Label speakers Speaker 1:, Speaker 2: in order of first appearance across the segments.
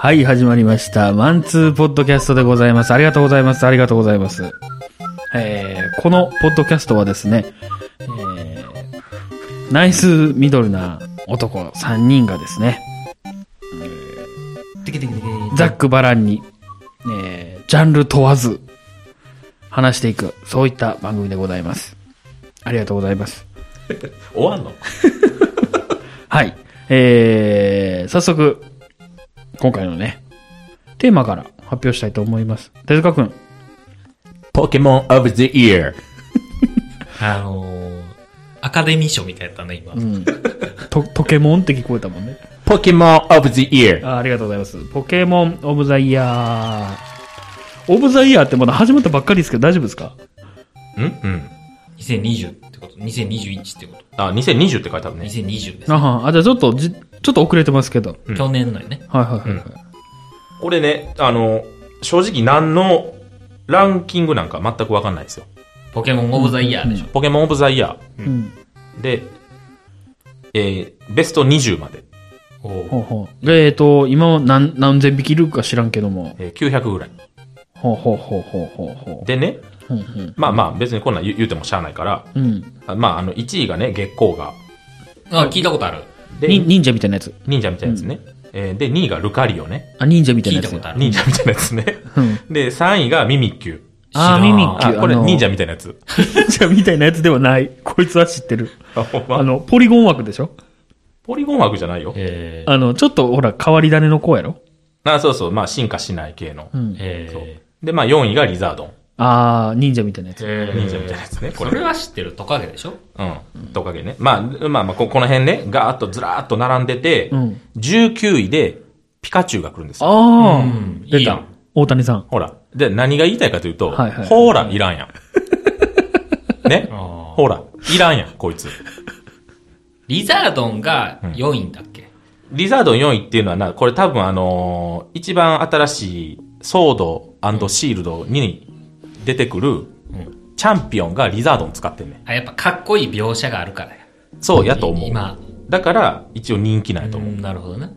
Speaker 1: はい、始まりました。マンツーポッドキャストでございます。ありがとうございます。ありがとうございます。えー、このポッドキャストはですね、えー、ナイスミドルな男3人がですね、
Speaker 2: テケテケテケ。
Speaker 1: ザックバランに、えー、ジャンル問わず、話していく、そういった番組でございます。ありがとうございます。
Speaker 2: 終わんの
Speaker 1: はい。えー、早速、今回のね、テーマから発表したいと思います。手塚くん。
Speaker 3: ポケモンオブザイヤー。
Speaker 2: あのー、アカデミー賞みたいやったね、今。
Speaker 1: うん。と、ポケモンって聞こえたもんね。
Speaker 3: ポケモンオブザイヤー。
Speaker 1: あありがとうございます。ポケモンオブザイヤー。オブザイヤーってまだ始まったばっかりですけど大丈夫ですか
Speaker 3: うんうん。
Speaker 2: 2020ってこと ?2021 ってこと
Speaker 3: あ、2020って書いてあるね。
Speaker 2: ?2020 です
Speaker 1: あ。はんあ、じゃあちょっとじ、ちょっと遅れてますけど。
Speaker 3: うん
Speaker 2: 去年のよね。
Speaker 1: はいはいはいはい。
Speaker 3: これね、あの、正直何のランキングなんか全くわかんないですよ。
Speaker 2: ポケモンオブザイヤーでしょ。
Speaker 3: ポケモンオブザイヤ
Speaker 1: う。
Speaker 2: うんん
Speaker 3: ーで、えー、ベスト20まで、
Speaker 2: お
Speaker 1: ほ
Speaker 2: う
Speaker 1: うほう。でえっ、と、今は何、何千匹いるか知らんけども。
Speaker 3: えー、900ぐらい。
Speaker 1: ほうほうほうほうほうほう。
Speaker 3: でね、
Speaker 1: うんうん。
Speaker 3: まあまあ別にこんなん言う言うてもしゃあないから、
Speaker 1: うん。
Speaker 3: あまああの1位がね、月光が。
Speaker 2: あ、聞いたことある。
Speaker 3: で、
Speaker 1: に忍者みたいなやつ。
Speaker 3: 忍者みたいなやつね。えーで、2位がルカリオね。
Speaker 1: あ、忍者みたい
Speaker 2: 聞
Speaker 1: ないや
Speaker 2: た
Speaker 1: つ
Speaker 2: こ
Speaker 1: よ。
Speaker 2: とある。
Speaker 3: 忍者みたいなやつね。
Speaker 1: うん。
Speaker 3: で、3位がミミッキュ。
Speaker 1: あー、
Speaker 2: 知ら
Speaker 1: ミ
Speaker 2: ん
Speaker 1: ミッキ
Speaker 3: あ、
Speaker 1: ュ。
Speaker 3: これ
Speaker 1: あの
Speaker 3: 忍者みたいなやつ。
Speaker 1: 忍者みたいなやつではない。こいつは知ってる。
Speaker 3: あほんま
Speaker 1: あの、ポリゴン枠でしょ
Speaker 3: ポリゴン枠じゃないよ。
Speaker 2: えー、
Speaker 1: あの、ちょっとほら、変わり種の子やろ
Speaker 3: あそうそう、まあ進化しない系の。
Speaker 1: うん。
Speaker 3: そう
Speaker 2: え
Speaker 3: で、まあ4位がリザードン。
Speaker 1: あー、忍者みたいなやつ。
Speaker 2: ー、
Speaker 3: 忍者みたいなやつね、こ
Speaker 2: そ
Speaker 3: れ。
Speaker 2: れは知ってるトカゲでしょ
Speaker 3: うん。トカゲね。まあ、まあまあ、ここの辺ね、ガーッとずらーっと並んでて、
Speaker 1: うん
Speaker 3: 19位でピカチュウが来るんですよ。
Speaker 1: あ
Speaker 2: う
Speaker 1: ー
Speaker 2: ん、い
Speaker 1: 出
Speaker 2: いや
Speaker 1: た
Speaker 2: ん。
Speaker 1: 大谷さん。
Speaker 3: ほら。で、何が言いたいかというと、
Speaker 1: はいはい
Speaker 3: ほーら、いらんやん。ね
Speaker 2: あー
Speaker 3: ほら、いらんやん、こいつ。
Speaker 2: リザードンが4位だっけ、
Speaker 3: リザードン4位っていうのはな、これ多分あのー一番新しいソードシールドに出てくる
Speaker 2: うん、
Speaker 3: チャンピオンがリザードン使ってんねん。
Speaker 2: あ、やっぱかっこいい描写があるからや。
Speaker 3: そうやと思う。
Speaker 2: 今。
Speaker 3: だから、一応人気なんやと思う。
Speaker 2: うんなるほどね。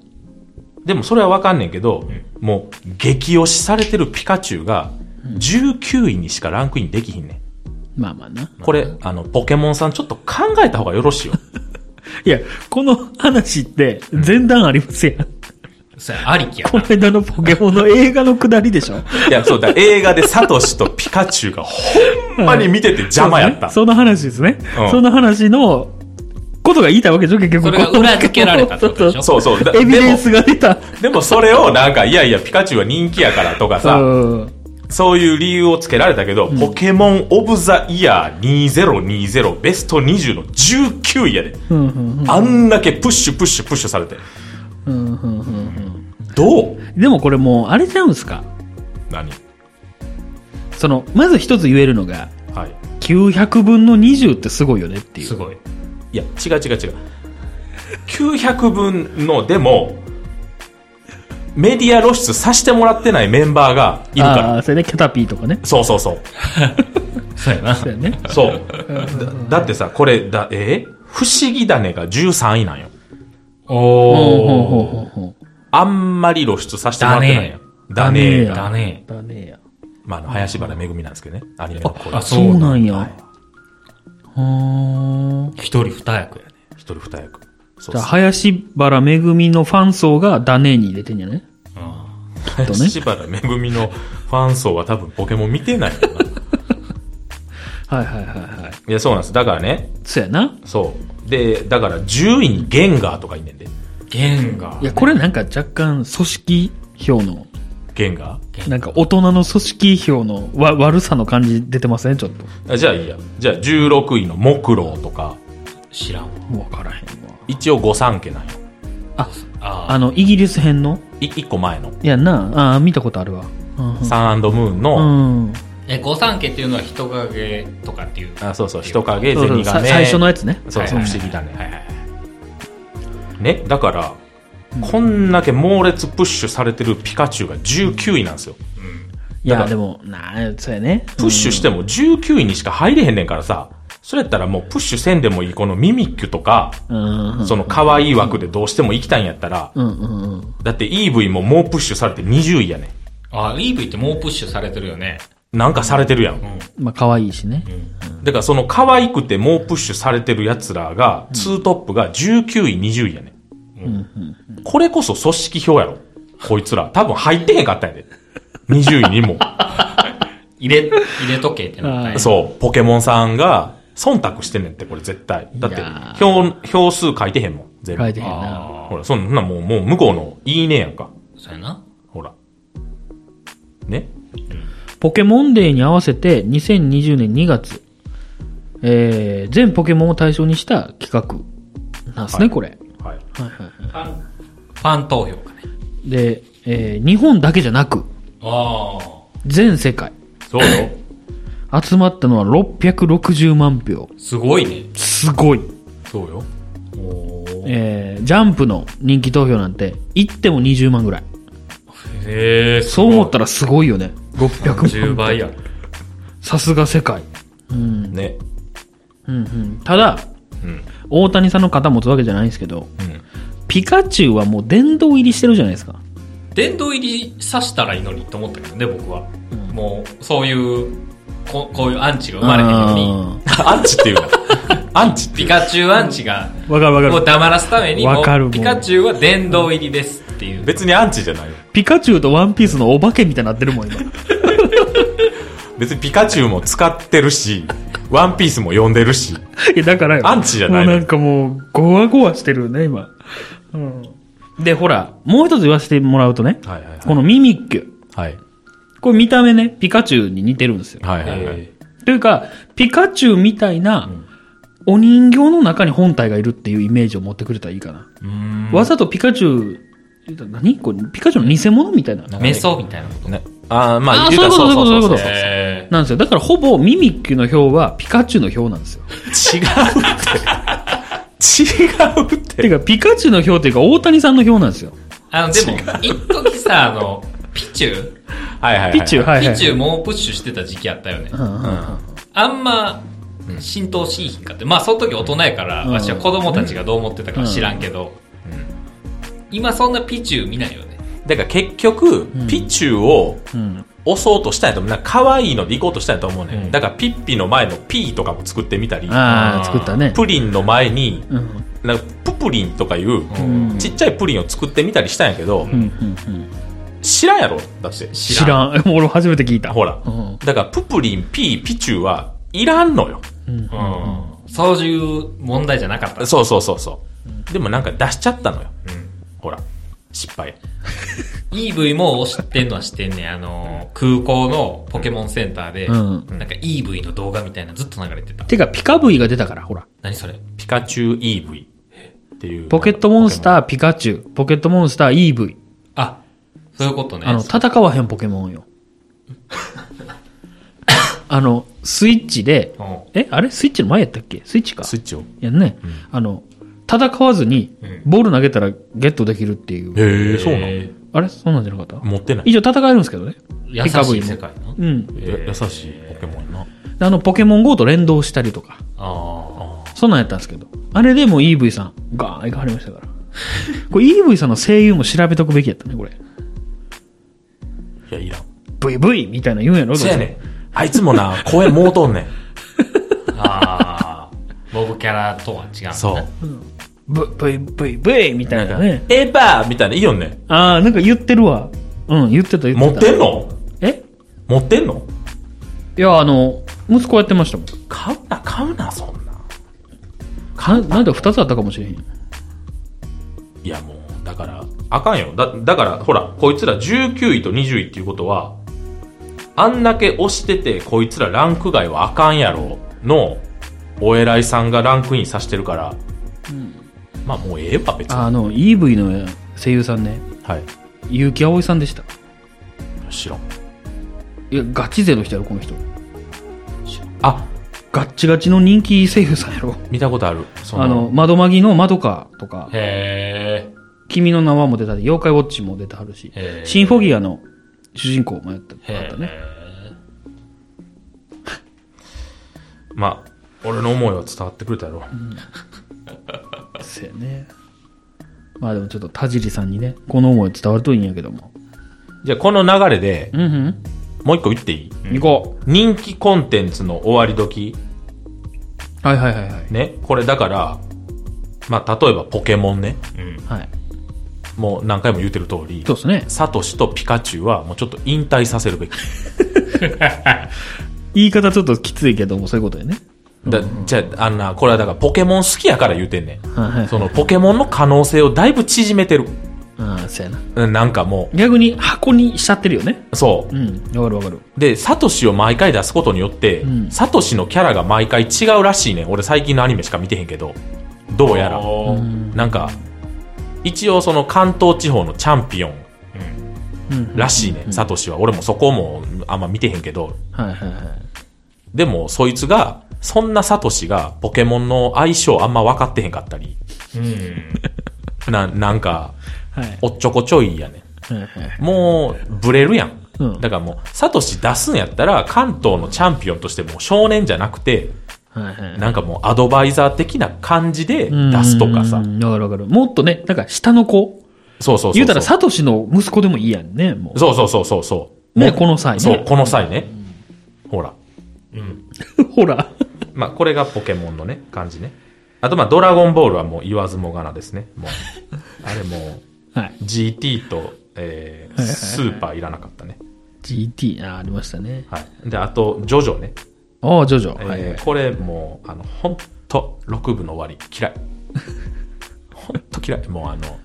Speaker 3: でもそれはわかんねんけど、もう、激推しされてるピカチュウが、19位にしかランクインできひんね
Speaker 1: まあまあな。
Speaker 3: ん。これ、あの、ポケモンさんちょっと考えた方がよろ しいよ。
Speaker 1: いや、この話って、前段ありますやん。
Speaker 2: それありきや
Speaker 1: この間のポケモンの映画のくだりでしょ
Speaker 3: いや、そうだ、映画でサトシとピカチュウがほんまに見てて邪魔やった。
Speaker 1: そうねその話ですね
Speaker 3: うん。
Speaker 1: その話の、ことが言いたいわけでしょ結局。
Speaker 2: それが裏付けられたってことでしょ
Speaker 3: そうそう。だ
Speaker 1: エビデ
Speaker 3: で
Speaker 1: ン
Speaker 3: も、
Speaker 1: スが出た。
Speaker 3: でもそれをなんか、いやいや、ピカチュウは人気やからとか
Speaker 1: う
Speaker 3: さ、
Speaker 1: ん。
Speaker 3: そういう理由をつけられたけど、ポケモンオブザイヤー2020ベスト20の19位やで。
Speaker 1: うんうん
Speaker 3: あんだけプッシュプッシュプッシュされて。
Speaker 1: うんうんうん
Speaker 3: どう
Speaker 1: でもこれもう、あれちゃうんすか
Speaker 3: 何
Speaker 1: その、まず一つ言えるのが、
Speaker 3: はい。
Speaker 1: 900分の20ってすごいよねってい
Speaker 2: す
Speaker 1: う。
Speaker 2: ごい。
Speaker 3: いや、違う違う違う。900分の、でも、メディア露出させてもらってないメンバーがいるか
Speaker 1: あ
Speaker 3: ら。
Speaker 1: あ、それね、キャタピーとかね。
Speaker 3: そうそうそう。
Speaker 2: そうやな。
Speaker 1: そうやね。
Speaker 3: そう。だだってさ、これ、だ、えー不思議種が13位なんよ。
Speaker 1: ほうほ
Speaker 2: お
Speaker 1: う
Speaker 2: ー。
Speaker 1: ほうほう。
Speaker 3: あんまり露出させてもらってないやん。だねーが。
Speaker 2: だね。
Speaker 1: だねや。
Speaker 3: まあ、あの、林原めぐみなんですけどね。アニメの声。
Speaker 2: あ、
Speaker 1: そ
Speaker 2: そううな
Speaker 1: なんんや。はあ。
Speaker 2: 一人二役やね。
Speaker 3: 一人二役。そ
Speaker 1: じ
Speaker 3: う
Speaker 1: ゃあ、林原めぐみのファン層がダネーに入れてんやね。
Speaker 3: そう。林原めぐみのファン層は多分ポケモン見てないよ な。
Speaker 1: はいはいはいはい。
Speaker 3: いや、そうなんです。だからね、
Speaker 1: そうやな。
Speaker 3: そう。で、だから10位にゲンガーとかいんねんで。
Speaker 2: ゲンガ
Speaker 1: いや、これなんか若干組織票の、
Speaker 3: ゲンガ
Speaker 1: なんか大人の組織票のわ悪さの感じ出てませんちょっと。
Speaker 3: ーあじゃあいいや。じゃあ16位の木郎とか、
Speaker 2: 知らんわ。
Speaker 1: わからへんわ。
Speaker 3: 一応御三家なんよ。
Speaker 1: あ、
Speaker 2: あ
Speaker 1: あの、イギリス編の
Speaker 3: い一個前の。
Speaker 1: いやな、ああー、見たことあるわ。うん
Speaker 3: サンムーン
Speaker 1: う
Speaker 3: の、
Speaker 1: ん。うん。
Speaker 2: あ。え、御三家っていうのは人影とかっていう。
Speaker 3: あそうそう、人影、ゼ
Speaker 1: そうそ
Speaker 3: ニ
Speaker 1: う
Speaker 3: ガ
Speaker 1: さ
Speaker 3: メ。
Speaker 1: 最初のやつね。
Speaker 3: そうそう、
Speaker 2: はいはいはい
Speaker 3: 不思議だね。ね、だから、こんだけ猛烈プッシュされてるピカチュウが19位なんですよ。
Speaker 1: い
Speaker 3: だ
Speaker 1: や、
Speaker 3: から
Speaker 1: でも、なあ、そうやね。
Speaker 3: プッシュしても19位にしか入れへんねんからさ、それやったらもうプッシュせんでもいい、このミミッキュとか、
Speaker 1: うんうん
Speaker 3: その可愛い枠でどうしても行きたいんやったら、
Speaker 1: うんうんうん。
Speaker 3: だって EV ももうプッシュされて20位やね
Speaker 2: あ、EV ってもうプッシュされてるよね。
Speaker 3: ん。なんかされてるやん。
Speaker 1: まあ、可愛いしね。
Speaker 3: だからその可愛くてもうプッシュされてる奴らが、ツートップが19位、20位やね、ん。これこそ組織表やろ。こいつら。多分入ってへんかったんやで。20位に も。
Speaker 2: 入れ、入れとけってなったんや
Speaker 3: そう、ポケモンさんが忖度してんねんって、これ絶対。だって
Speaker 1: いや、
Speaker 3: 表、票数書いてへんもん。全部。
Speaker 1: 書いてへんな。
Speaker 2: あ
Speaker 3: ほら、そんなもう、もう向こうのいいねやんか。
Speaker 2: あ、そうやな。
Speaker 3: ほら。ね
Speaker 1: ポケモンデーに合わせて2020年2月、えー、全ポケモンを対象にした企画なんですね、
Speaker 3: はい
Speaker 1: これ。
Speaker 3: は
Speaker 1: は
Speaker 3: い。
Speaker 1: いはいは
Speaker 2: ファン投票かね。
Speaker 1: い。で、えー、日本だけじゃなく、
Speaker 2: ああ。
Speaker 1: 全世界。
Speaker 3: そうよ。
Speaker 1: 集まったのは660万票。
Speaker 2: すごいね。
Speaker 1: すごい。
Speaker 3: そうよ。
Speaker 2: おー
Speaker 1: えー、ジャンプの人気投票なんて、言っても20万ぐらい。
Speaker 2: へえ、
Speaker 1: そう思った
Speaker 2: ら
Speaker 1: らすごいよね。600万。
Speaker 2: 10倍や。
Speaker 1: さすが世界。うん。
Speaker 3: ね。
Speaker 1: うんうん。ただ、
Speaker 3: うん。
Speaker 1: 大谷さんの肩持つわけじゃないんですけど、
Speaker 3: うん。
Speaker 1: ピカチュウはもう殿堂入りしてるじゃないですか。
Speaker 2: 殿堂入りさしたらいいのにと思ったけどね、僕は。もう、そういう、ここういうアンチが生まれへんのに、
Speaker 3: アンチっていうな。アンチって
Speaker 2: ピ
Speaker 3: いう。
Speaker 2: カチュウアンチが、
Speaker 1: わかるわ
Speaker 2: を黙らすために、
Speaker 1: わかる
Speaker 2: もうピカチュウは殿堂入りですっていう。
Speaker 3: 別にアンチじゃないよ。
Speaker 1: ピカチュウとワンピースのお化けみたいになってるもん、今。
Speaker 3: 別にピカチュウも使ってるし、ワンピースも呼んでるし。
Speaker 1: いや、だからよ
Speaker 3: アンチじゃない
Speaker 1: も
Speaker 3: の
Speaker 1: う
Speaker 3: よ
Speaker 1: なんかもう、ゴワゴワしてるよね、今。うん。で、ほら、もう一つ言わせてもらうとね、
Speaker 3: はいはいはい。
Speaker 1: このミミッキュ。
Speaker 3: はい。
Speaker 1: これ見た目ね、ピカチュウに似てるんですよ。
Speaker 3: はいはいはい。
Speaker 2: え
Speaker 1: というか、ピカチュウみたいな、お人形の中に本体がいるっていうイメージを持ってくれたらいいかな。
Speaker 2: ーうーん。
Speaker 1: わざとピカチュウ、何これ、ピカチュウの偽物みたいな。
Speaker 2: メソみたいなこと。
Speaker 3: ね。ああ、まあ、
Speaker 1: あー
Speaker 3: 言たら
Speaker 1: そういうことそういうことそういうこ
Speaker 2: え
Speaker 1: なんですよ。だからほぼミミッキュの表はピカチュウの表なんですよ。
Speaker 3: 違う って。違うって。
Speaker 1: てか、ピカチュウの表というか大谷さんの表なんですよ。
Speaker 2: ーあの、でも、一時さ、あの、ピチュウ
Speaker 3: はいはい、はい。
Speaker 1: ピチュウ、はい、はい。
Speaker 2: ピチュウもプッシュしてた時期あったよね。
Speaker 1: うんうん
Speaker 2: あんま浸透しいひんかって。まあ、その時大人やから、
Speaker 1: うん
Speaker 2: わしは子供たちがどう思ってたか知らんけど、今そんなピチュー見ないよね。
Speaker 3: だから結局、ピチュウを
Speaker 1: うん。
Speaker 3: 押そうとしたんやと思う。なんか可愛いので行こうとしたんやと思うね、
Speaker 2: うん
Speaker 3: だからピッピの前のピーとかも作ってみたり、
Speaker 1: ああ、作ったね。
Speaker 3: プリンの前に、
Speaker 1: うん。
Speaker 3: なんかププリンとかい
Speaker 1: う
Speaker 3: う、
Speaker 1: ん
Speaker 3: ちっちゃいプリンを作ってみたりしたんやけど、
Speaker 1: うんうんうん。
Speaker 3: 知らんやろだって。
Speaker 1: 知らん。 俺初めて聞いた。
Speaker 3: ほら。
Speaker 1: うん。
Speaker 3: だからププリン、ピー、ピチュウはいらんのよ。
Speaker 1: うん。
Speaker 2: うん。そういう問題じゃなかった。
Speaker 3: そうそうそうそう。でもなんか出しちゃったのよ。ほら。失敗。
Speaker 2: EV も知ってんのは知ってんねんあの、空港のポケモンセンターで、
Speaker 1: うん
Speaker 2: なんか EV の動画みたいなのずっと流れてた。
Speaker 1: てか、ピカブイが出たから、ほら。
Speaker 2: 何それ
Speaker 3: ピカチュウ EV っていう。
Speaker 1: ポケットモンスター、ピカチュウ。ポケットモンスター、EV。
Speaker 2: あ、そういうことね。
Speaker 1: あの、戦わへんポケモンよ。あの、スイッチで、
Speaker 2: う
Speaker 1: えあれスイッチの前やったっけスイッチか。
Speaker 3: スイッチを。
Speaker 1: やんね。あの、戦わずに
Speaker 2: うん、
Speaker 1: ボール投げたらゲットできるっていう。
Speaker 3: へえ、
Speaker 2: ん
Speaker 3: そうなの
Speaker 2: え
Speaker 1: あれそうなんじゃなかった
Speaker 3: 持ってない。
Speaker 1: 以上戦えるんですけどね。
Speaker 2: ー優しい世界の
Speaker 1: うん。
Speaker 3: や優しいポケモンな。
Speaker 1: あの、ポケモン GO と連動したりとか。
Speaker 2: ああ。
Speaker 1: そんなんやったんですけど。あれでもう EV さん、ガーン行かはりましたから。 これ EV さんの声優も調べとくべきやったね、これ。
Speaker 3: いや、いらん。
Speaker 1: VV! みたいな言うんやろ、どう
Speaker 3: そう
Speaker 1: せ
Speaker 3: やねん。あいつもな、声もうとんねん。
Speaker 2: ああ。ボブキャラとは違う。
Speaker 3: そう。。
Speaker 1: ブ VVV! みたいなね。
Speaker 3: エヴァーみたいな、いいよね。
Speaker 1: あー、なんか言ってるわ。うん、言ってた言ってた。
Speaker 3: 持ってんの
Speaker 1: え
Speaker 3: 持ってんの
Speaker 1: いや、あの、息子やってましたもん。
Speaker 3: 買うな、買うな、そんな。
Speaker 1: かなんだ二つあったかもしれへん。
Speaker 3: いや、もう、だから、あかんよ。だ、だから、ほら、こいつら19位と20位っていうことは、あんだけ押してて、こいつらランク外はあかんやろ、の、お偉いさんがランクインさしてるから、まあもうええわ、別に。
Speaker 1: あの、EV の声優さんね、
Speaker 3: はい。
Speaker 1: 結城葵さんでした。
Speaker 3: 知らん。
Speaker 1: いや、ガチ勢の人やろ、この人。
Speaker 3: あ、
Speaker 1: ガッチガチの人気声優さんやろ。
Speaker 3: 見たことある。そ
Speaker 1: あの、、窓マギの窓かとか、
Speaker 2: へ
Speaker 1: 君の名はも出たり、妖怪ウォッチも出てはるし
Speaker 2: へ、ー
Speaker 1: シンフォギアの主人公もやった
Speaker 2: え。
Speaker 1: やったね。
Speaker 2: へ
Speaker 3: まあ、俺の思いは伝わってくれたやろ。
Speaker 1: せやね。まあでもちょっと田尻さんにね、この思い伝わるといいんやけども。
Speaker 3: じゃあこの流れで、
Speaker 1: うんうん。
Speaker 3: もう一個言っていい
Speaker 1: 行こ
Speaker 3: 人気コンテンツの終わり時。
Speaker 1: う。はいはいはいはい。
Speaker 3: ね。これだから、まあ例えばポケモンね。
Speaker 2: うん。
Speaker 1: はい。
Speaker 3: もう何回も言ってる通り。
Speaker 1: そうですね。
Speaker 3: サトシとピカチュウはもうちょっと引退させるべき。
Speaker 1: 言い方ちょっときついけども、そういうことやね。
Speaker 3: だじゃあ、あんな、これはだからポケモン好きやから言うてんね
Speaker 1: はいはい。
Speaker 3: ん。そのポケモンの可能性をだいぶ縮めてる。
Speaker 1: ああ、そうやな。
Speaker 3: うんなんかも
Speaker 1: 逆に箱にしちゃってるよね。
Speaker 3: う、そう
Speaker 1: う。ん。わかるわかる。
Speaker 3: で、サトシを毎回出すことによって、
Speaker 1: うん
Speaker 3: サトシのキャラが毎回違うらしいねん。俺最近のアニメしか見てへんけど、どうやら。
Speaker 2: おー
Speaker 3: なんか、一応その関東地方のチャンピオン
Speaker 1: うん。
Speaker 3: らしいねん、サトシは。俺もそこもあんま見てへんけど、
Speaker 1: はいはいはい。
Speaker 3: でもそいつが、そんなサトシがポケモンの相性あんま分かってへんかったり、
Speaker 2: うん。
Speaker 3: な、なんか、
Speaker 1: はい。
Speaker 3: おっちょこちょいやね
Speaker 1: はいはい。
Speaker 3: ん。もう、ブレるやん。
Speaker 1: うん
Speaker 3: だからもう、サトシ出すんやったら、関東のチャンピオンとしてもう少年じゃなくて、
Speaker 1: はいはい。
Speaker 3: なんかもうアドバイザー的な感じで出すとかさ
Speaker 1: う。んわかるわかる。もっとね、なんか下の子。
Speaker 3: そうそうそうそう。
Speaker 1: 言うたら、サトシの息子でもいいやんね、もう。
Speaker 3: そうそうそうそうそう。
Speaker 1: ね
Speaker 3: もう
Speaker 1: この際ね
Speaker 3: そう、この際ね。ほら。
Speaker 2: うん。
Speaker 1: ほら。
Speaker 3: まあ、これがポケモンのね、感じね。あと、まあ、ドラゴンボールはもう言わずもがなですね。もう。あれも
Speaker 1: はい。
Speaker 3: う、GT と、えー、
Speaker 1: はいはいはい
Speaker 3: スーパーいらなかったね。
Speaker 1: GT、あーありましたね。
Speaker 3: はい。で、あと、ジョジョね。
Speaker 1: ああ、ジョジョ。
Speaker 3: えー
Speaker 1: はいはい。
Speaker 3: これもう、あの、ほんと、6部の終わり、嫌い。 ほんと嫌い。もうあの、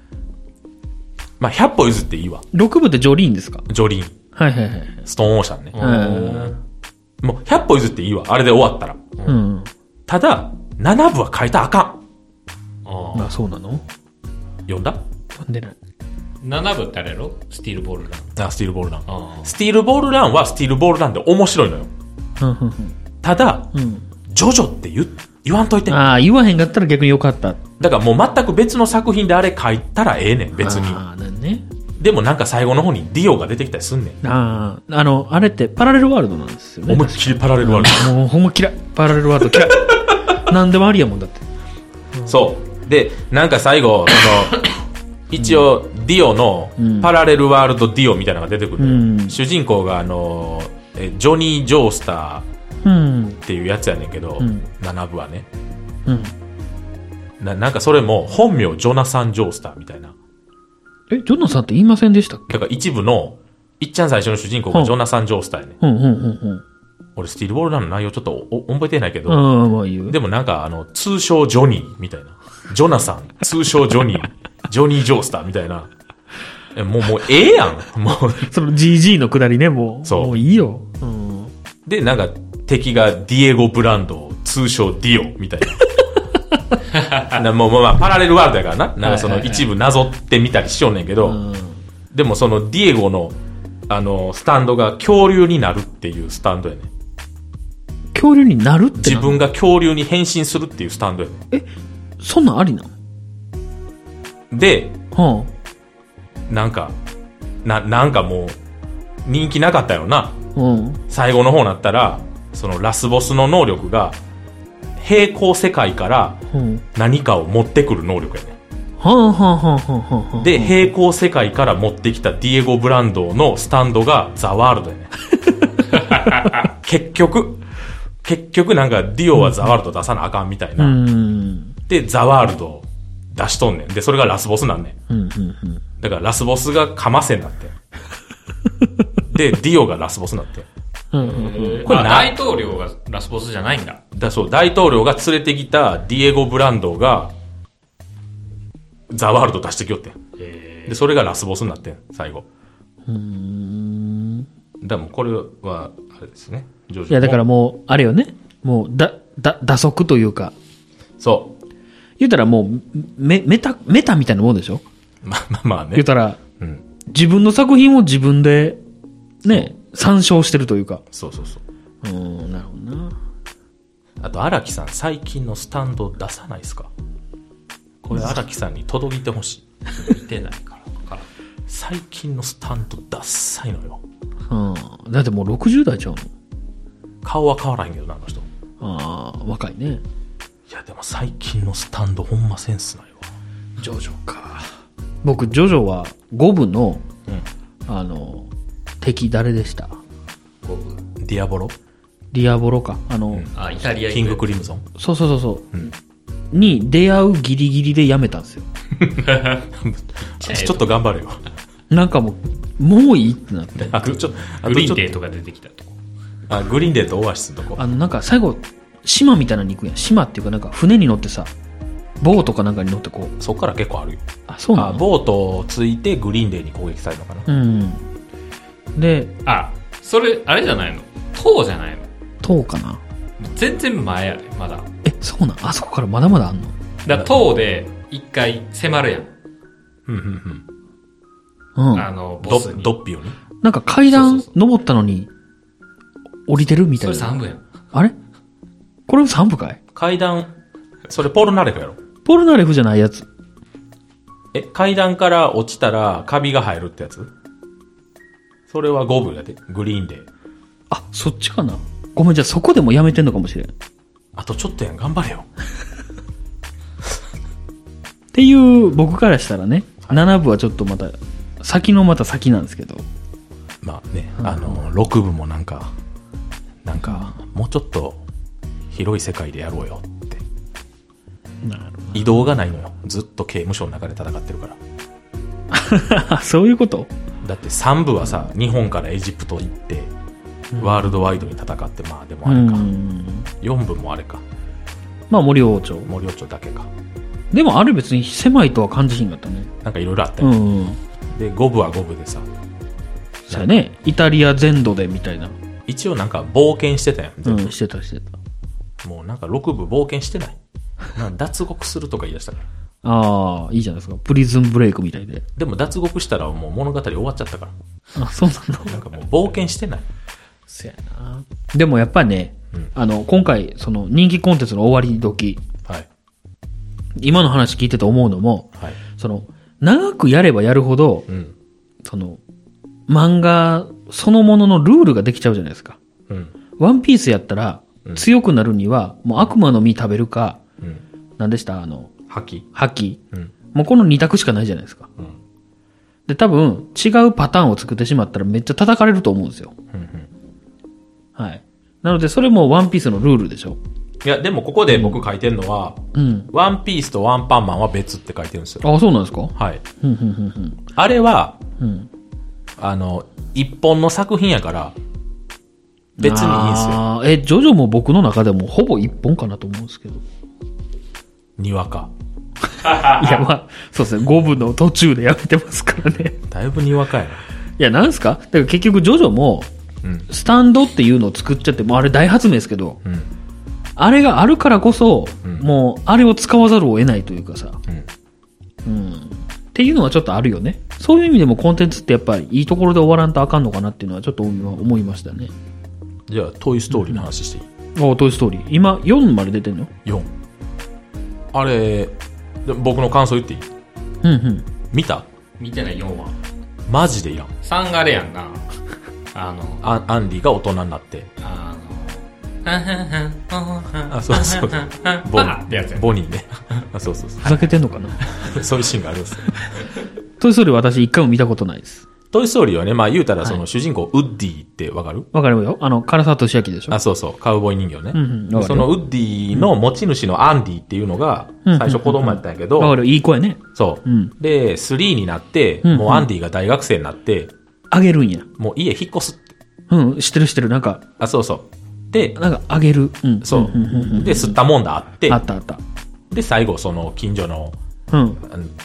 Speaker 3: まあ、100歩譲っていいわ。
Speaker 1: 6部ってジョリーンですか
Speaker 3: ジョリーン。
Speaker 1: はいはいはい。
Speaker 3: ストーンオーシャンね。
Speaker 1: うん
Speaker 3: もう100歩譲っていいわ。あれで終わったら。
Speaker 1: うん。
Speaker 3: ただ、7部は変えたらあかん。
Speaker 1: まあそうなの
Speaker 3: 読んだ
Speaker 1: 読んでない。
Speaker 2: 7部ってあれやろスティールボールが。
Speaker 3: あ、スティールボールラン。
Speaker 2: あ
Speaker 3: スティールボールランはスティールボールランで面白いのよ。
Speaker 1: うんうん
Speaker 3: ただ、
Speaker 1: うんうん。
Speaker 3: ジョジョって言う言わんといて。だ
Speaker 1: ああ、言わへんかったら逆によかった。
Speaker 3: からもう全く別の作品であれ書いたらええねん、別に。
Speaker 1: ああ、なんね。
Speaker 3: でもなんか最後の方にディオが出てきたりすんねん。
Speaker 1: ああ、あの、あれってパラレルワールドなんですよね。
Speaker 3: 思いっきりパラレルワール
Speaker 1: もうほんま嫌い。パラレルワールド嫌 い。なんでもありやもんだって。
Speaker 3: ド。そう。で、なんか最後、その、一応、ディオの
Speaker 1: うん、
Speaker 3: パラレルワールドディオみたいなのが出てくるのよ、
Speaker 1: うん
Speaker 3: 主人公が、あの、えジョニー・ジョースターっ
Speaker 1: うん。
Speaker 3: ていうやつやねんけど、
Speaker 1: うん
Speaker 3: 7部はね。
Speaker 1: うん。
Speaker 3: ななんかそれも、本名、ジョナサン・ジョースターみたいな。
Speaker 1: え、ジョナさんって言いませんでしたっけ
Speaker 3: だから一部の、いっちゃん最初の主人公
Speaker 1: う
Speaker 3: が
Speaker 1: ん
Speaker 3: ジョナサン・ジョースターやね。
Speaker 1: うんうんうん
Speaker 3: 俺、スティールボールランの内容ちょっとおお覚えてないけ
Speaker 1: うん。
Speaker 3: ど、
Speaker 1: ああ、まあ言う。
Speaker 3: でもなんか、あの、通称ジョニーみたいな。ジョナサン、通称ジョニー、ジョニー・ジョースターみたいな。えもう、もう、ええやん。もう、
Speaker 1: その GG のくだりね、もう。
Speaker 3: そう
Speaker 1: もういいよ。うん。
Speaker 3: で、なんか、敵がディエゴ・ブランド、通称ディオみたい な。なもう、まあまあ、パラレルワールドやからな。なんかそ
Speaker 1: は
Speaker 3: の
Speaker 1: いはいはい
Speaker 3: 一部なぞってみたりしようねんけど、
Speaker 1: うん
Speaker 3: でもそのディエゴの、あの、スタンドが恐竜になるっていうスタンドやねん。
Speaker 1: 恐竜になるって
Speaker 3: 自
Speaker 1: な
Speaker 3: 分が恐竜に変身するっていうスタンドやね
Speaker 1: そんなんありなの
Speaker 3: んで、
Speaker 1: は
Speaker 3: なんか、な、なんかもう、人気なかったよな。
Speaker 1: あ。うん。
Speaker 3: 最後の方になったら、そのラスボスの能力が、平行世界から
Speaker 1: うん。
Speaker 3: 何かを持ってくる能力やね
Speaker 1: はあはあはあはあはあはあ。
Speaker 3: ん。で、平行世界から持ってきたディエゴ・ブランドのスタンドがザ・ワールドやねん。 結局、結局なんかディオはザ・ワールド出さなあかんみたいうな。
Speaker 1: ん。うん
Speaker 3: で、ザ・ワールドを出しとんねん。で、それがラスボスなんねん。
Speaker 1: うんうん。
Speaker 3: だからラスボスがかませになってん。で、ディオがラスボスになってん。
Speaker 1: うんう
Speaker 2: あ
Speaker 1: ん。
Speaker 3: これな
Speaker 2: 大統領がラスボスじゃないんだ。
Speaker 3: だそう、大統領が連れてきたディエゴ・ブランドが、ザ・ワールド出してきよってん。で、それがラスボスになってん、最後。だからもうこれは、あれですね。ジョジョ
Speaker 1: いや、だからもう、あれよね。もう、だ、だ、打足というか。
Speaker 3: そう。
Speaker 1: 言うたらもう、メ、メタ、メタみたいなもんでしょ
Speaker 3: まあまあまあ
Speaker 1: 言う
Speaker 3: ね。
Speaker 1: たら、
Speaker 3: うん。
Speaker 1: 自分の作品を自分で、ね、参照してるというか。
Speaker 3: そうそうそう。
Speaker 1: うん、なるほどな。
Speaker 3: あと、荒木さん、最近のスタンド出さないですかこれ、荒木さんに届いてほしい。
Speaker 2: 見てないから。から
Speaker 3: 最近のスタンドダッサいのよ。
Speaker 1: うん。だってもう60代ちゃうの
Speaker 3: 顔は変わらへんけどな、あの人。
Speaker 1: ああ、若いね。
Speaker 3: いや、でも最近のスタンドほんまセンスないわ。
Speaker 1: ジョジョか。僕、ジョジョは5部の、あの、敵誰でした
Speaker 2: 五分。
Speaker 3: ディアボロ
Speaker 1: ディアボロか。あの、
Speaker 2: あ、イタリア
Speaker 3: キングク
Speaker 2: リ
Speaker 3: リムゾン
Speaker 1: そうそうそうそう、に出会うギリギリでやめたんですよ。
Speaker 2: ちゃえと
Speaker 3: ちょっと頑張るよ。
Speaker 1: なんかもう、もういいってなって。
Speaker 3: あとちょっと、あと
Speaker 2: グリ
Speaker 3: ち
Speaker 2: ーン
Speaker 3: ょっと
Speaker 2: デーとか出てきたとこ。
Speaker 3: あ、グリーンデーとオアシスのとこ。
Speaker 1: あの、なんか最後、島みたいなのに行くやん。島っていうかなんか船に乗ってさ、ボートかなんかに乗ってこう。
Speaker 3: そっから結構あるよ。
Speaker 1: あ、そうな
Speaker 3: あ、
Speaker 1: の
Speaker 3: ボートをついてグリーンデーに攻撃されるのかな。
Speaker 1: うん。で、
Speaker 2: あ、それ、あれじゃないの塔じゃないの
Speaker 1: 塔かな
Speaker 2: 全然前やで、まだ。
Speaker 1: え、そうなんあそこからまだまだあんの
Speaker 2: だから塔で一回迫るやん。
Speaker 3: うんうんうん。
Speaker 1: うん。
Speaker 2: あの、ボス
Speaker 3: ド
Speaker 2: に。
Speaker 3: ドッピオに。
Speaker 1: なんか階段
Speaker 2: そうそ
Speaker 1: 登ったのに、降りてるみた
Speaker 2: そ
Speaker 1: い
Speaker 2: れ
Speaker 1: な。
Speaker 2: 3部やん。
Speaker 1: あれこれ3部かい
Speaker 3: 階段、それポールナレフやろ。
Speaker 1: ポルナレフじゃないやつ。
Speaker 3: え、階段から落ちたらカビが生えるってやつそれは5部やで。グリーンデー。
Speaker 1: あ、そっちかなごめん、じゃあそこでもやめてんのかもしれん。っ
Speaker 3: あとちょっとやん、頑張れよ。
Speaker 1: ていう僕からしたらね、7部はちょっとまた、先のまた先なんですけど。
Speaker 3: まあね、あの、6部もなんか、なんか、もうちょっと広い世界でやろうよって。
Speaker 1: なるほ
Speaker 3: 移動がないのよ。ずっと刑務所の中で戦ってるか
Speaker 1: ど。
Speaker 3: ら。
Speaker 1: そういうこと
Speaker 3: だって3部はさ、日本からエジプト行って、ワールドワイドに戦って、まあでも
Speaker 1: う
Speaker 3: あれか。
Speaker 1: ん。
Speaker 3: 4部もあれか。
Speaker 1: まあ森王朝。
Speaker 3: 森王朝だけか。
Speaker 1: でもあれ別に狭いとは感じひんかったね。
Speaker 3: なんかいろいろあった
Speaker 1: う
Speaker 3: よ、
Speaker 1: ん。
Speaker 3: で、5部は5部でさ、
Speaker 1: そうやね。イタリア全土でみたいな。
Speaker 3: 一応なんか冒険してたやん。
Speaker 1: うん、してたしてた。
Speaker 3: もうなんか6部冒険してない。なんか脱獄するとか言い出したから。
Speaker 1: ああ、いいじゃないですか。プリズンブレイクみたいで。
Speaker 3: でも脱獄したらもう物語終わっちゃったから。
Speaker 1: あ、そうなんだ。
Speaker 3: なんかもう冒険してない。
Speaker 1: そやな。でもやっぱね、あの、今回、その人気コンテンツの終わり時、
Speaker 3: はい。
Speaker 1: 今の話聞いてて思うのも、
Speaker 3: はい。
Speaker 1: その、長くやればやるほど、
Speaker 3: うん。
Speaker 1: その、漫画そのもののルールができちゃうじゃないですか。
Speaker 3: うん。
Speaker 1: ワンピースやったら、強くなるには、もう悪魔の実食べるか、
Speaker 3: うん。
Speaker 1: 何でしたあの、
Speaker 3: 覇気。
Speaker 1: 覇気。
Speaker 3: うん。
Speaker 1: もうこの二択しかないじゃないですか。
Speaker 3: うん。
Speaker 1: で、多分、違うパターンを作ってしまったらめっちゃ叩かれると思うんですよ。
Speaker 3: うん。
Speaker 1: はい。なので、それもワンピースのルールでしょ。
Speaker 3: いや、でもここで僕書いてるのは、
Speaker 1: うん。
Speaker 3: ワンピースとワンパンマンは別って書いてるんですよ。
Speaker 1: あ、そうなんですか
Speaker 3: はい。
Speaker 1: ふんふんふんふん。
Speaker 3: あれは、
Speaker 1: うん。
Speaker 3: あの、一本の作品やから、別にいいんですよ。
Speaker 1: あーえ、ジョジョも僕の中でもほぼ一本かなと思うんですけど。い
Speaker 3: にわか。
Speaker 1: や、まあ、そうですね。5部の途中でやめてますからね。
Speaker 3: だいぶにわかやな。
Speaker 1: いや、なんすかだから結局ジョジョも、
Speaker 3: うん。
Speaker 1: スタンドっていうのを作っちゃって、もうあれ大発明ですけど、
Speaker 3: うん。
Speaker 1: あれがあるからこそ、
Speaker 3: うん
Speaker 1: もうあれを使わざるを得ないというかさ、
Speaker 3: うん。
Speaker 1: うん。っていうのはちょっとあるよね。そういう意味でもコンテンツってやっぱりいいところで終わらんとあかんのかなっていうのはちょっと今思いましたね。
Speaker 3: じゃあ、トイストーリーの話していい、
Speaker 1: おトイストーリー。今、4まで出てんの
Speaker 3: ?4。あれ、でも僕の感想言っていい
Speaker 1: うんうん。
Speaker 3: 見た
Speaker 2: 見てない4話。
Speaker 3: マジでいらん。
Speaker 2: 3があれやんな。あの、
Speaker 3: アアンリが大人になって、
Speaker 2: あの、
Speaker 3: あそうそうボ
Speaker 2: ボン
Speaker 3: ニ
Speaker 2: ってやつや
Speaker 3: ー。
Speaker 2: ん。
Speaker 3: ボニーね。 あそうそう
Speaker 1: ふざけてんのかな
Speaker 3: そう。そういうシーンがあるんですよ。
Speaker 1: トイストーリー私一回も見たことないです。
Speaker 3: トイストーリーはね、まあ言うたらその主人公、ウッディってわかる
Speaker 1: わかるよ。あの、唐沢俊明でしょ
Speaker 3: あ、そうそう。カウボーイ人形ね。
Speaker 1: うんうんわかるよ
Speaker 3: そのウッディの持ち主のアンディっていうのが、
Speaker 1: うん
Speaker 3: 最初子供やったんやけ
Speaker 1: わか
Speaker 3: ど、
Speaker 1: るよ。いい声ね。
Speaker 3: そう
Speaker 1: うん。
Speaker 3: で、3になって、
Speaker 1: うんうん
Speaker 3: もうアンディが大学生になって、
Speaker 1: あげるんや。
Speaker 3: もう家引っ越すって。
Speaker 1: うん、知ってる知ってる。なんか、
Speaker 3: あ、そうそう。で、
Speaker 1: なんかあげる。うん。
Speaker 3: そ
Speaker 1: んんん
Speaker 3: う。で、吸ったもんだあって
Speaker 1: あ、ったあった。
Speaker 3: で、最後その近所の、
Speaker 1: うん。
Speaker 3: あの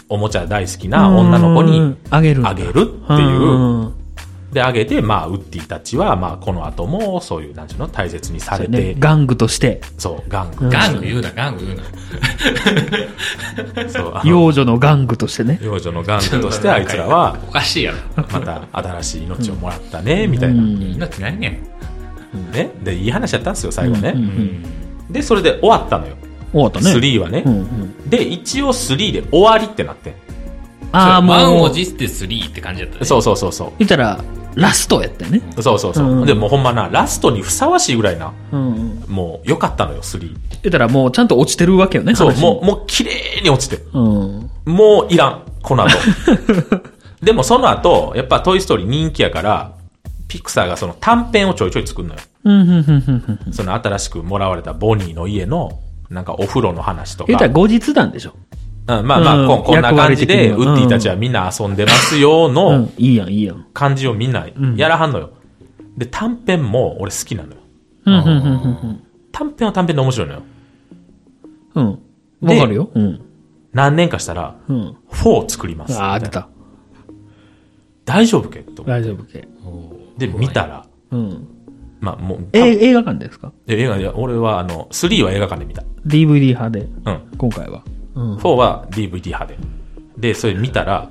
Speaker 3: おもちゃ大好きな女の子
Speaker 1: う
Speaker 3: に
Speaker 1: ん、あげるんだ。
Speaker 3: あげるっていう、で、あげて、まあ、ウッディたちは、まあ、この後も、そういう、なんちゅうの、大切にさ
Speaker 1: あ
Speaker 3: れ
Speaker 1: れ
Speaker 3: て、
Speaker 1: ね。玩具として、
Speaker 3: そう、ガング、
Speaker 2: ガング言うな、ガング言うな。
Speaker 3: そう、あの
Speaker 1: 幼女の玩具としてね。
Speaker 3: 幼女のガングとして、あいつらは、
Speaker 2: おかしいやろ。
Speaker 3: また新しい命をもらったね、みたいな。
Speaker 2: 命何やん。
Speaker 3: ね。で、いい話やったんですよ、最後ね。
Speaker 1: うんう
Speaker 3: で、それで終わったのよ。
Speaker 1: 終わったね。
Speaker 3: 3はね
Speaker 1: う。んうん。
Speaker 3: で、一応3で終わりってなってん
Speaker 1: ああ、
Speaker 2: 満
Speaker 1: も
Speaker 2: を
Speaker 1: う、
Speaker 2: 持して3って感じだったね。
Speaker 3: そうそうそうそう。
Speaker 1: 見たら、ラストやってね。
Speaker 3: そうそうそう。
Speaker 1: うん
Speaker 3: で、もうほんまな、ラストにふさわしいぐらいな、
Speaker 1: うんうん。
Speaker 3: もう良かったのよ、3。
Speaker 1: 言ったらもうちゃんと落ちてるわけよね、
Speaker 3: そう、
Speaker 1: 話
Speaker 3: もう、もう綺麗に落ちて。
Speaker 1: う。うん。
Speaker 3: もういらん、こ の後。でもその後、やっぱトイストーリー人気やから、ピクサーがその短編をちょいちょい作るのよ。
Speaker 1: うん、うん、うん、うん。
Speaker 3: その新しくもらわれたボニーの家の、なんかお風呂の話とか。
Speaker 1: 言ったら後日談でしょ。
Speaker 3: うん、まあまあ、
Speaker 1: うん
Speaker 3: こんこんな感じで、
Speaker 1: 役割的
Speaker 3: ウ
Speaker 1: には
Speaker 3: ッディたちはみんな遊んでますよ
Speaker 1: う
Speaker 3: の
Speaker 1: ん。いいやん、いいやん。
Speaker 3: 感じをみんなやらはんのよ。で、短編も俺好きなのよ。
Speaker 1: うん、うん、うん、うん
Speaker 3: 短編は短編で面白いのよ。
Speaker 1: うん。うん。わかるよ。うん。
Speaker 3: 何年かしたら、
Speaker 1: うん。
Speaker 3: 4を作ります。
Speaker 1: ああ、出た。
Speaker 3: 大丈夫けと。
Speaker 1: 大丈夫系。
Speaker 3: で、見たら、
Speaker 1: うん。
Speaker 3: まあもう、
Speaker 1: え
Speaker 3: え
Speaker 1: 映画館ですか
Speaker 3: 映画で、俺はあの、3は映画館で見た。
Speaker 1: ?DVD 派で、
Speaker 3: うん。
Speaker 1: 今回は。うん。
Speaker 3: 4は DVD 派で。で、それ見たら、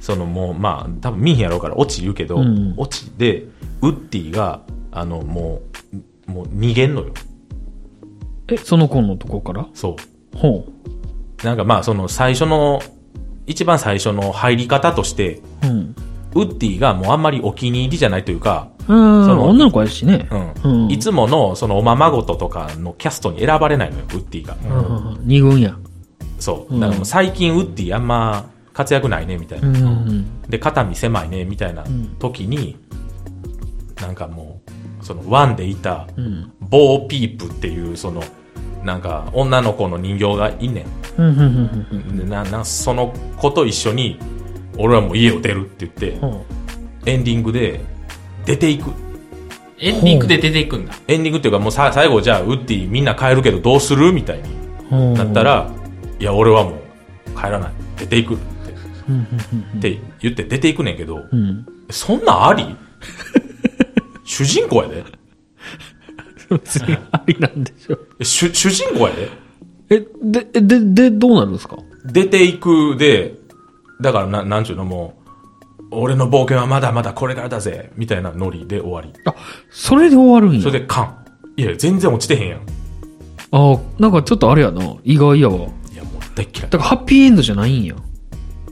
Speaker 3: そのもう、まあ、多分見ひんやろうから、オチ言うけど、
Speaker 1: うん
Speaker 3: オチで、ウッディが、あの、もう、もう逃げんのよ。
Speaker 1: え、その子のとこから
Speaker 3: そう。
Speaker 1: ほ
Speaker 3: なんかまあその最初の、一番最初の入り方として、
Speaker 1: う。うん。
Speaker 3: ウッディがもうあんまりお気に入りじゃないというか、
Speaker 1: うん。
Speaker 3: その
Speaker 1: 女の子やしね。
Speaker 3: う。
Speaker 1: うんん
Speaker 3: いつものそのおままごととかのキャストに選ばれないのよ、ウッディが。
Speaker 1: うんうんうん二軍や。
Speaker 3: そう。
Speaker 1: うん
Speaker 3: だからもう最近ウッディあんま活躍ないね、みたいうな。
Speaker 1: んうん。
Speaker 3: で、肩身狭いね、みたいなん時に、なんかもう、そのワンでいた、
Speaker 1: うん。
Speaker 3: ボーピープっていうその、なんか女の子の人形がいんねん。
Speaker 1: うん。うん。うん
Speaker 3: でななその子と一緒に俺はもう家を出るって言って
Speaker 1: うん。うん
Speaker 3: エンディングで出ていく
Speaker 2: エンディングで出ていくんだ。
Speaker 3: エンディングっていうかもうさ最後じゃあウッディみんな帰るけどどうするみたいに
Speaker 1: うん
Speaker 3: なった、ら、いや俺はもう帰らない出ていくっ
Speaker 1: うんうん
Speaker 3: てって言って出ていくねんけど、
Speaker 1: うんうん、
Speaker 3: そんなんあり主人公やで
Speaker 1: 別にありなんでしょ。
Speaker 3: 主主人公やで
Speaker 1: え、で、えで、で、どうなるんですか
Speaker 3: 出ていくでだからななんちゅうのもう俺の冒険はまだまだこれからだぜみたいなノリで終わり
Speaker 1: あ、それで終わるんや。
Speaker 3: それでカン。いや、全然落ちてへんやん。
Speaker 1: ああ、なんかちょっとあれやな。意外やわ。
Speaker 3: いや、もう大っ嫌い
Speaker 1: だからハッピーエンドじゃないんや。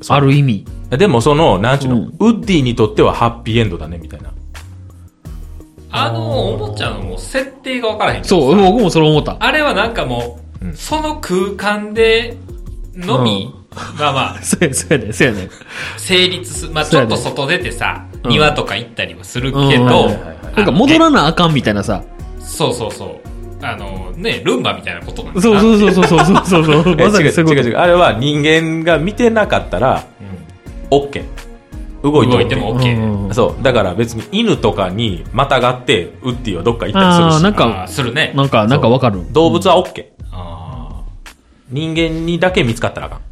Speaker 3: そう
Speaker 1: ある意味。。
Speaker 3: でもその、なんちゅうの、
Speaker 1: うん
Speaker 3: ウッディにとってはハッピーエンドだね、みたいな。
Speaker 2: あの、おもちゃのもう設定がわからへん。
Speaker 1: そう、僕もそれ思った。
Speaker 2: あれはなんかもう、
Speaker 3: うん
Speaker 2: その空間で、のみ、まあまあ、
Speaker 1: そうや、そうやね、そうやね。
Speaker 2: 成立す、まあち
Speaker 1: そう
Speaker 2: ょ
Speaker 1: や
Speaker 2: っ
Speaker 1: ね
Speaker 2: と外出てさ、
Speaker 1: うん
Speaker 2: 庭とか行ったりはする
Speaker 1: うん
Speaker 2: けど、
Speaker 1: はい
Speaker 3: はいはい
Speaker 1: なんか戻らなあかんみたいなさ。
Speaker 2: そうそうそう。あの、ね、ルンバみたいなことなんだな
Speaker 1: そうそうそうそうそうそうそうそう。
Speaker 3: え
Speaker 1: まさにそういう
Speaker 3: 違
Speaker 1: こ
Speaker 3: う
Speaker 1: と
Speaker 3: 違う違う。あれは人間が見てなかったら、オッケー。動いても
Speaker 2: 動いても OK
Speaker 1: うんうんうん
Speaker 3: そう。だから別に犬とかにまたがって、ウッディはどっか行ったりするし。
Speaker 1: あーなん
Speaker 2: あ
Speaker 1: か
Speaker 2: ーするね。
Speaker 1: なんか、なんかわかる。
Speaker 3: 動物はオッケー。
Speaker 2: あ
Speaker 3: 人間にだけ見つかったらあかん。
Speaker 2: ー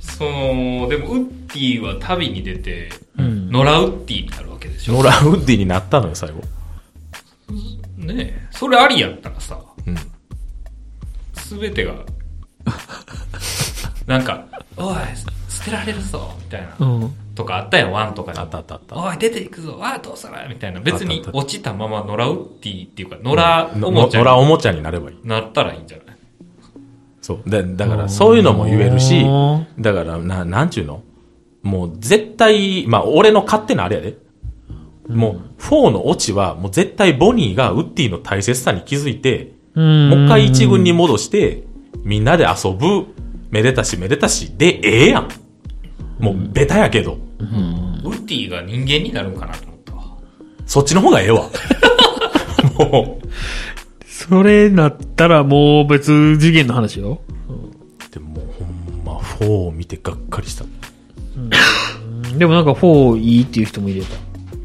Speaker 2: その、でも、ウッディは旅に出て、
Speaker 1: ん
Speaker 2: 野良ウッディになるわけでしょ。
Speaker 3: 野良ウッディになったのよ、最後。
Speaker 2: ねえそれありやったらさ、
Speaker 3: うん
Speaker 2: すべてが、 なんか、おい、捨てられるぞ、みたいな
Speaker 1: う。ん。
Speaker 2: とかあったやん、ワンとかで
Speaker 3: あったあったあった。
Speaker 2: おい、出ていくぞ、ああ、どうしたらみたいな。別
Speaker 3: あっ
Speaker 2: に
Speaker 3: たあった
Speaker 2: 落ちたまま野良ウッディっていうか、野良おもちゃ
Speaker 3: の野良
Speaker 2: に
Speaker 3: おもちゃになればいい。
Speaker 2: なったらいいんじゃない
Speaker 3: そう。で、だから、そういうのも言えるし
Speaker 1: うん、
Speaker 3: だから、な、なんちゅうのもう、絶対、まあ、俺の勝手なあれやで。もう、4のオチは、もう絶対ボニーがウッディの大切さに気づいて、
Speaker 1: うん。
Speaker 3: もう一回一軍に戻して、みんなで遊ぶ、めでたしめでたし、で、ええやん。もう、ベタやけど、
Speaker 2: ウッディが人間になるんかなと思ったわ。
Speaker 3: そっちの方がええわ。も
Speaker 1: それなったらもう別次元の話よ。
Speaker 3: う、でも、ほんま、4を見てがっかりした。
Speaker 1: でもなんか4いいっていう人もいれた。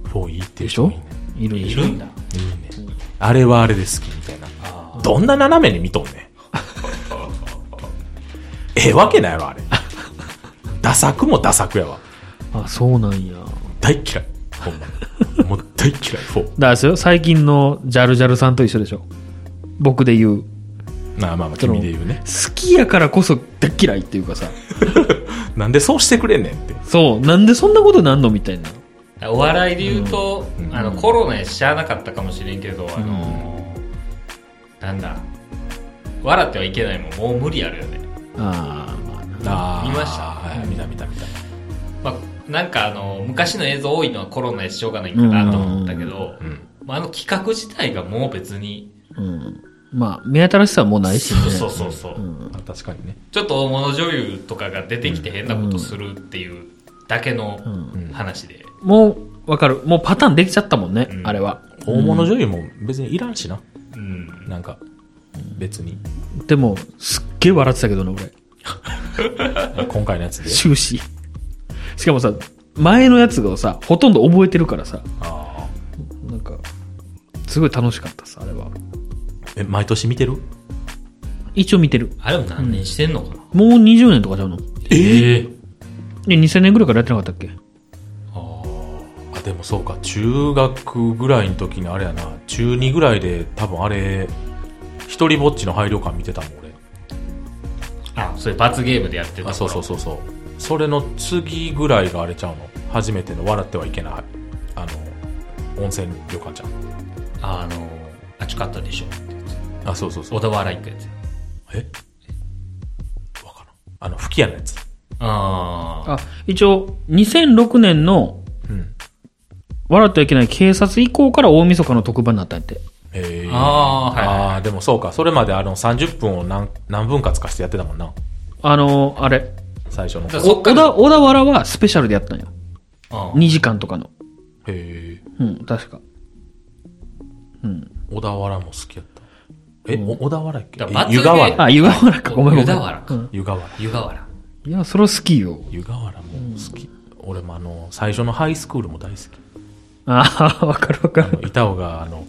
Speaker 3: 4いいってい
Speaker 1: で
Speaker 3: う
Speaker 1: し
Speaker 3: 人も
Speaker 1: ょ
Speaker 3: いいね。
Speaker 1: いるで
Speaker 2: い
Speaker 1: しょ
Speaker 2: るんだ。
Speaker 3: いいね。あれはあれで好きみたいな。
Speaker 2: あ
Speaker 3: どんな斜めに見とんねん。ええわけないわ、あれ。ダサくもダサくやわ。
Speaker 1: あ、そうなんや。だか
Speaker 3: 大っ嫌い。ほんま。もう大っ嫌い、フォ
Speaker 1: らですよ、最近のジャルジャルさんと一緒でしょ。僕で言う。
Speaker 3: ー。なあまあまあ、君で言うね。
Speaker 1: 好きやからこそ大嫌いっていうかさ。
Speaker 3: なんでそうしてくれんねんって。そう。
Speaker 1: そう、なんでそんなことなんのみたいな。
Speaker 2: あ。お笑いで言うと、
Speaker 3: うん
Speaker 2: あの、コロナやしちゃあなかったかもしれんけど、あのなんだ、笑ってはいけないもん、もう無理あるよね。
Speaker 1: ああ、まあな。
Speaker 3: あー
Speaker 2: 見ました
Speaker 3: はい、見た見た見た。
Speaker 2: まあ、なんかあの、昔の映像多いのはコロナでしょうがないんだなと思ったけど、
Speaker 3: うん。
Speaker 2: まあ、あの企画自体がもう別に、
Speaker 1: うん。まあ、目新しさはもうないしね。
Speaker 2: そうそうそう。
Speaker 1: うん。
Speaker 3: あ確かにね。
Speaker 2: ちょっと大物女優とかが出てきて変なことするっていうだけの
Speaker 1: ん
Speaker 2: 話で。
Speaker 1: もう、わかる。もうパターンできちゃったもんね、
Speaker 2: うん
Speaker 1: あれは。
Speaker 3: 大物女優も別にいらんしな。
Speaker 2: うん。
Speaker 3: なんか、別に。
Speaker 1: でも、すっげえ笑ってたけどね、俺。
Speaker 3: 今回のやつで。
Speaker 1: 終始。しかもさ、前のやつをさ、ほとんど覚えてるからさ、
Speaker 3: あ
Speaker 1: なんか、すごい楽しかったさ、あれは。
Speaker 3: ーえ、毎年見てる
Speaker 1: 一応見てる。
Speaker 2: あれも何年してんのかな、
Speaker 1: もう20年とかちゃうの
Speaker 2: ええ
Speaker 1: で、2000年ぐらいからやってなかったっけ
Speaker 3: あーあ、でもそうか、中学ぐらいの時にあれやな、中2ぐらいで多分あれ、一人ぼっちの配慮感見てたもん、俺。
Speaker 2: あ、それ罰ゲームでやってた。
Speaker 3: あそうそうそうそうそれの次ぐらいがあれちゃうの初めての笑ってはいけないあの温泉旅館ちゃん
Speaker 2: あの、暑かったでしょ。
Speaker 3: あそうそうそう
Speaker 2: 小田原行くやつ。
Speaker 3: えわからんあの吹き矢のやつ
Speaker 2: ああ。
Speaker 1: あ、一応、2006年の、
Speaker 3: うん
Speaker 1: 笑ってはいけない警察以降から大晦日の特番になったんやって。
Speaker 3: へえ
Speaker 2: あーはいはい
Speaker 3: あーでもそうかそれまであの30分を何何分割かしてやってたもんな
Speaker 1: あのーあれ。
Speaker 3: 最初
Speaker 2: だ
Speaker 3: のへ
Speaker 2: からそ
Speaker 1: お
Speaker 2: っ
Speaker 1: 小
Speaker 2: から
Speaker 1: 田、小田原はスペシャルでやったんよ。
Speaker 2: うん
Speaker 1: 2時間とかの。
Speaker 3: え
Speaker 1: うん、確か。うん。
Speaker 3: 小田原も好きやったえ、
Speaker 1: うん
Speaker 3: お小田原やっけ
Speaker 2: だか
Speaker 3: え
Speaker 2: ら罰ゲー
Speaker 3: 湯河原
Speaker 1: あ、湯河原か。ごめんごめん。
Speaker 2: 湯河原か
Speaker 1: うん
Speaker 3: 湯河原
Speaker 2: 湯河原。
Speaker 1: いや、それは好きよ。
Speaker 3: 湯河原も好き、俺もあの最初のハイスクールも大好き
Speaker 1: ああ、わかるわか
Speaker 3: あの
Speaker 1: る。
Speaker 3: 板尾があの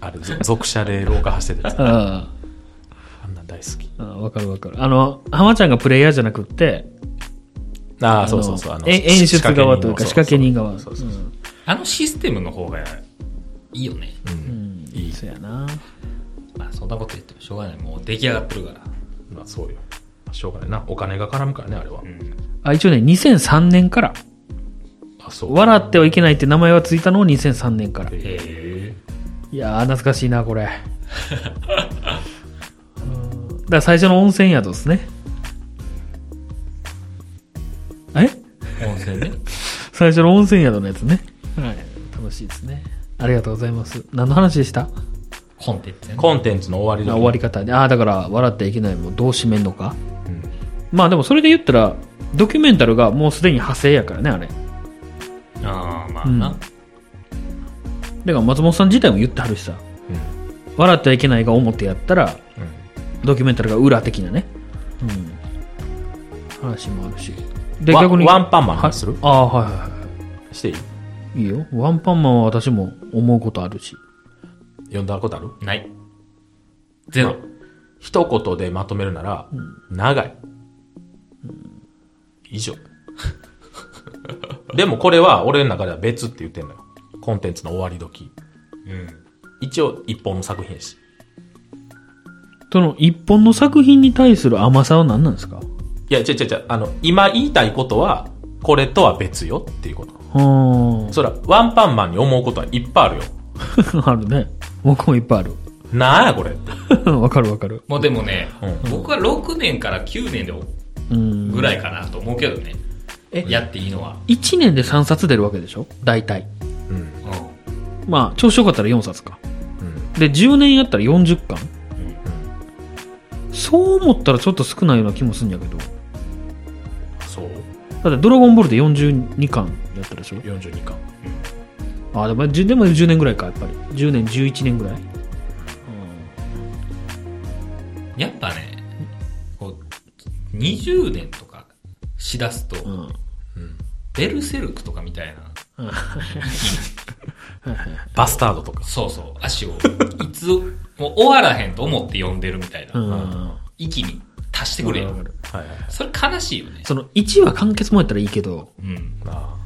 Speaker 3: あれぞ俗車で廊下走ってたやつ
Speaker 1: あ
Speaker 3: あんなん大好き
Speaker 1: ーあー、わかるわかる。あの、浜ちゃんがプレイヤーじゃなくって、
Speaker 3: あ
Speaker 1: あ
Speaker 3: あそうそうそうあ
Speaker 1: え演出側というか仕掛け人側。
Speaker 3: そうそうそ
Speaker 1: う
Speaker 3: う
Speaker 1: ん
Speaker 2: あのシステムの方がいいよね。
Speaker 3: うんいい
Speaker 1: そうやな。
Speaker 2: まあ、そんなこと言ってもしょうがない。もう出来上がってるから。
Speaker 3: まあそうよしょうがないなお金が絡むからねあれは
Speaker 2: うん。
Speaker 1: あ、一応ね、2003年から、
Speaker 3: あそう
Speaker 1: 笑ってはいけないって名前はついたのを2003年から。
Speaker 3: へえ
Speaker 1: いやー、懐かしいな、これ。うんだから最初の温泉宿ですね。え
Speaker 2: 温泉ね。
Speaker 1: 最初の温泉宿のやつね。はい。楽しいですね。ありがとうございます。何の話でした
Speaker 2: コンテンツやね。
Speaker 3: コンテンツの終わり
Speaker 1: ま
Speaker 3: だ
Speaker 1: あ終わり方で。ああ、だから、笑ってはいけないもどう締めんのか。
Speaker 3: うん
Speaker 1: まあでも、それで言ったら、ドキュメンタルがもうすでに派生やからね、あれ。だか
Speaker 2: ああ、まあな。
Speaker 1: うんら、松本さん自体も言ってはるしさ、
Speaker 3: うん
Speaker 1: 笑ってはいけないが表やったら、ドキュメンタルが裏的なね。うん。話もあるし。で、
Speaker 3: ワン
Speaker 1: 逆に。
Speaker 3: ワンパンマンの話する
Speaker 1: はああ、はいはいは
Speaker 3: していい
Speaker 1: い。いいよ。ワンパンマンは私も思うことあるし。
Speaker 3: 読んだことある
Speaker 2: ない。ゼロ。
Speaker 3: 一言でまとめるなら長い以上 でもこれは俺の中では別って言ってんのよコンテンツの終わり時
Speaker 2: うん。
Speaker 3: 一応一本の作品やし
Speaker 1: その、一本の作品に対する甘さは何なんですか
Speaker 3: いや、違う違う違う。あの、今言いたいことは、これとは別よっていうこと。
Speaker 1: うーん。
Speaker 3: そら、ワンパンマンに思うことはいっぱいあるよ。
Speaker 1: あるね。僕もいっぱいあ
Speaker 3: なんやこれって。
Speaker 1: る。わかるわかる。
Speaker 2: もうでもね、
Speaker 3: う
Speaker 2: 僕は6年から9年で
Speaker 1: うん。
Speaker 2: ぐらいかなと思うけどね。
Speaker 1: え
Speaker 2: やっていいのは。
Speaker 1: 1年で3冊出るわけでしょ大体。
Speaker 3: うん。
Speaker 2: うん。
Speaker 1: まあ、調子よかったら4冊か。
Speaker 3: うん。
Speaker 1: で、10年やったら40巻。
Speaker 2: うん
Speaker 1: そう思ったらちょっと少ないような気もするんやけど。
Speaker 3: そう
Speaker 1: だって、ドラゴンボールで42巻やったでしょ
Speaker 3: ?42 巻。
Speaker 1: あ、でも、じゅでも10年ぐらいか、やっぱり。10年、11年ぐらい。
Speaker 2: やっぱね、こう、20年とかしだすと、
Speaker 1: うん。うん。
Speaker 2: ベルセルクとかみたいな、
Speaker 3: バスタードとか。
Speaker 2: そうそう、足を、いつ、 もう終わらへんと思って呼んでるみたい
Speaker 1: うん。
Speaker 2: な、息に足してくれよ。
Speaker 3: はいはい。
Speaker 2: それ悲しいよね。
Speaker 1: その、1話完結もやったらいいけど。
Speaker 2: うん。
Speaker 3: ああ。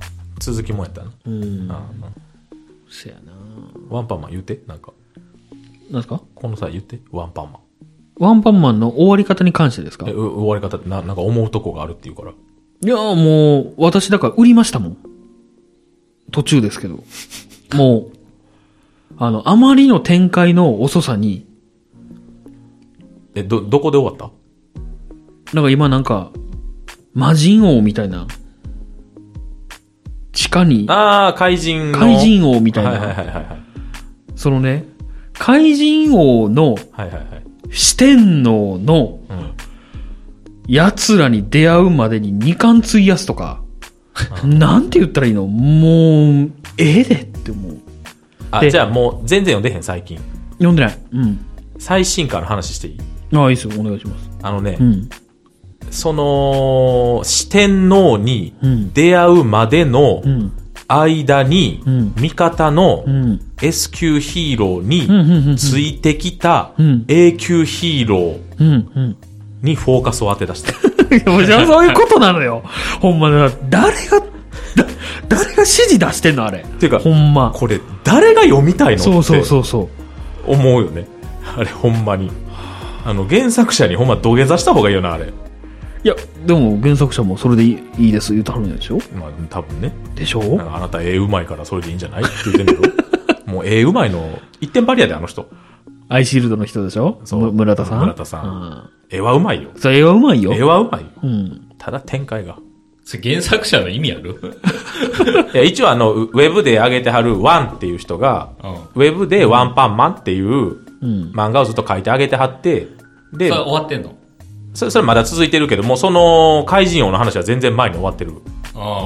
Speaker 3: 続きもんやったな。
Speaker 1: うん。
Speaker 3: ああ
Speaker 1: せやな
Speaker 3: ワンパンマン言うて。なんか、
Speaker 1: なんすか
Speaker 3: この際言って。ワンパンマン。
Speaker 1: ワンパンマンの終わり方に関してですか
Speaker 3: え、う終わり方ってな、なんか思うとこがあるっていうから。
Speaker 1: いやーもう、私だから売りましたもん。途中ですけど。もう、あの、あまりの展開の遅さに、
Speaker 3: え、ど、どこで終わっ
Speaker 1: なんか今なんか、魔人王みたいな、かに、
Speaker 3: ああ、怪人の。
Speaker 1: 怪人王みたい
Speaker 3: はいはい
Speaker 1: な。
Speaker 3: はいはい。
Speaker 1: そのね、怪人王の
Speaker 3: はいはいはい。
Speaker 1: 四天王の
Speaker 3: うん
Speaker 1: 奴らに出会うまでに2巻費やすとか、なんて言ったらいいのもう、ええでって思う。
Speaker 3: あ、
Speaker 1: で
Speaker 3: じゃあもう全然読んでへん、最近。
Speaker 1: 読んでない。うん。
Speaker 3: 最新刊の話していい
Speaker 1: ああ、いいっすよ。お願いします。
Speaker 3: あのね
Speaker 1: う、ん。
Speaker 3: その、四天王に
Speaker 1: うん
Speaker 3: 出会うまでの
Speaker 1: うん。
Speaker 3: 間に
Speaker 1: うん、
Speaker 3: 味方の
Speaker 1: うん。
Speaker 3: S 級ヒーロー
Speaker 1: うん。うんう
Speaker 3: に。
Speaker 1: ん。
Speaker 3: ついてきた
Speaker 1: うん
Speaker 3: A 級ヒーロー
Speaker 1: うん。うん。
Speaker 3: にフォーカスを当て出した。
Speaker 1: いや、もう じゃあそういうことなのよ。ほんまだ。誰が、だ誰が指示出してんのあれ。
Speaker 3: ていうか
Speaker 1: ほ、んま。
Speaker 3: これ誰が読みたいの
Speaker 1: そ
Speaker 3: っ
Speaker 1: うそう
Speaker 3: て
Speaker 1: そうそう。
Speaker 3: 思うよね。あれほんまに。あの原作者にほんま土下座した方がいいよな、あれ。
Speaker 1: いや、でも原作者もそれでいいいいです言うてはるんでしょ
Speaker 3: まあ多分ね。
Speaker 1: でしょ
Speaker 3: なんかあなた絵うまいからそれでいいんじゃないって言ってんだけど。もう絵うまいの一点張りやで、あの人。
Speaker 1: アイシールドの人でしょ
Speaker 3: そう
Speaker 1: む村田さん
Speaker 3: 村田さん絵はうまいよ
Speaker 1: う。ん。それ絵はうまいよ。
Speaker 3: 絵はうまいよ。
Speaker 1: うん。
Speaker 3: ただ展開が。
Speaker 2: それ原作者の意味ある
Speaker 3: いや、一応あの、ウウェブで上げてはるワンっていう人が、
Speaker 2: うん。
Speaker 3: ウェブでワンパンマンっていう
Speaker 1: うん。
Speaker 3: 漫画をずっと書いてあげてはって、
Speaker 2: そ
Speaker 3: で
Speaker 2: れ、終わってんの
Speaker 3: それそれまだ続いてるけども、その怪人王の話は全然前に終わってる。
Speaker 2: あ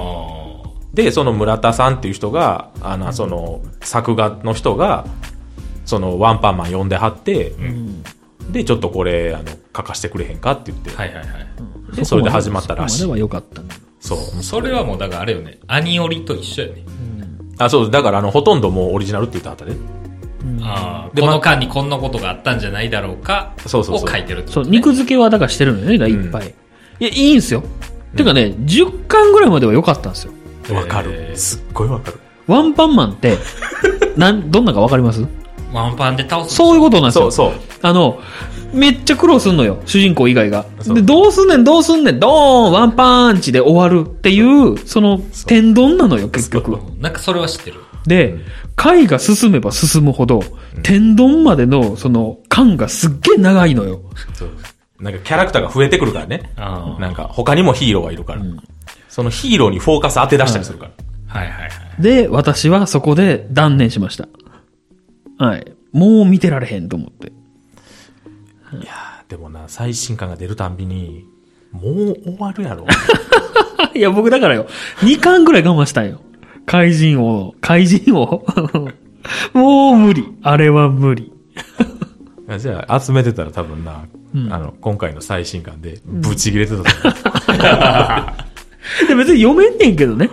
Speaker 2: あ。
Speaker 3: で、その村田さんっていう人が、あの、その作画の人が、そのワンパンマン呼んではって、で、ちょっとこれ、あの、書かしてくれへんかって言って、
Speaker 2: はいはいはい。
Speaker 3: でそれで始まったらしい
Speaker 1: そこまでは良かったね。
Speaker 3: そう。
Speaker 2: それはもうだからあれよね。アニオリと一緒よね。
Speaker 3: あ、そう、だからあの、ほとんどもうオリジナルって言ったはったで。
Speaker 2: ああ。
Speaker 3: で
Speaker 2: こ
Speaker 3: ま
Speaker 2: の間にこんなことがあったんじゃないだろうか。
Speaker 3: そうそうそ
Speaker 2: を
Speaker 3: う
Speaker 2: 書いてるって
Speaker 1: そ
Speaker 2: こ
Speaker 1: う、
Speaker 2: とね
Speaker 1: 肉付けはだからしてるのよね、だからいっぱい。いや、いいんすよ。てかね、10巻ぐらいまでは良かったんですよ。
Speaker 3: わか
Speaker 2: えー
Speaker 3: る。すっごいわかる。
Speaker 1: ワンパンマン って、なん、どんなんかわかります
Speaker 2: ワンパンで倒す。
Speaker 1: そういうことなんです
Speaker 3: そう
Speaker 1: よ。
Speaker 3: そう。
Speaker 1: あの、めっちゃ苦労すんのよ、主人公以外が。
Speaker 3: そう
Speaker 1: で、どうすんねん、どうすんねん、ドーン、ワンパンチで終わるっていう、その、天丼なのよ、結局。
Speaker 2: うんなんかそれは知ってる。
Speaker 1: で、回が進めば進むほど、天丼までの、その、間がすっげえ長いのよ。
Speaker 3: そうなんかキャラクターが増えてくるからね。
Speaker 2: あ
Speaker 3: なんか他にもヒーローがいるから。そのヒーローにフォーカス当て出したりするから。
Speaker 2: あ。はいはいはい。
Speaker 1: で、私はそこで断念しました。はい。もう見てられへんと思って。
Speaker 3: いやーでもな、最新刊が出るたんびに、もう終わるやろ。
Speaker 1: いや、僕だからよ、2巻ぐらい我慢したんよ。怪人王、怪人王 もう無理。あれは無理。
Speaker 3: じゃあ、集めてたら多分な、あの、今回の最新刊で、ブチ切れてたと思う
Speaker 1: で別に読めんねんけどね。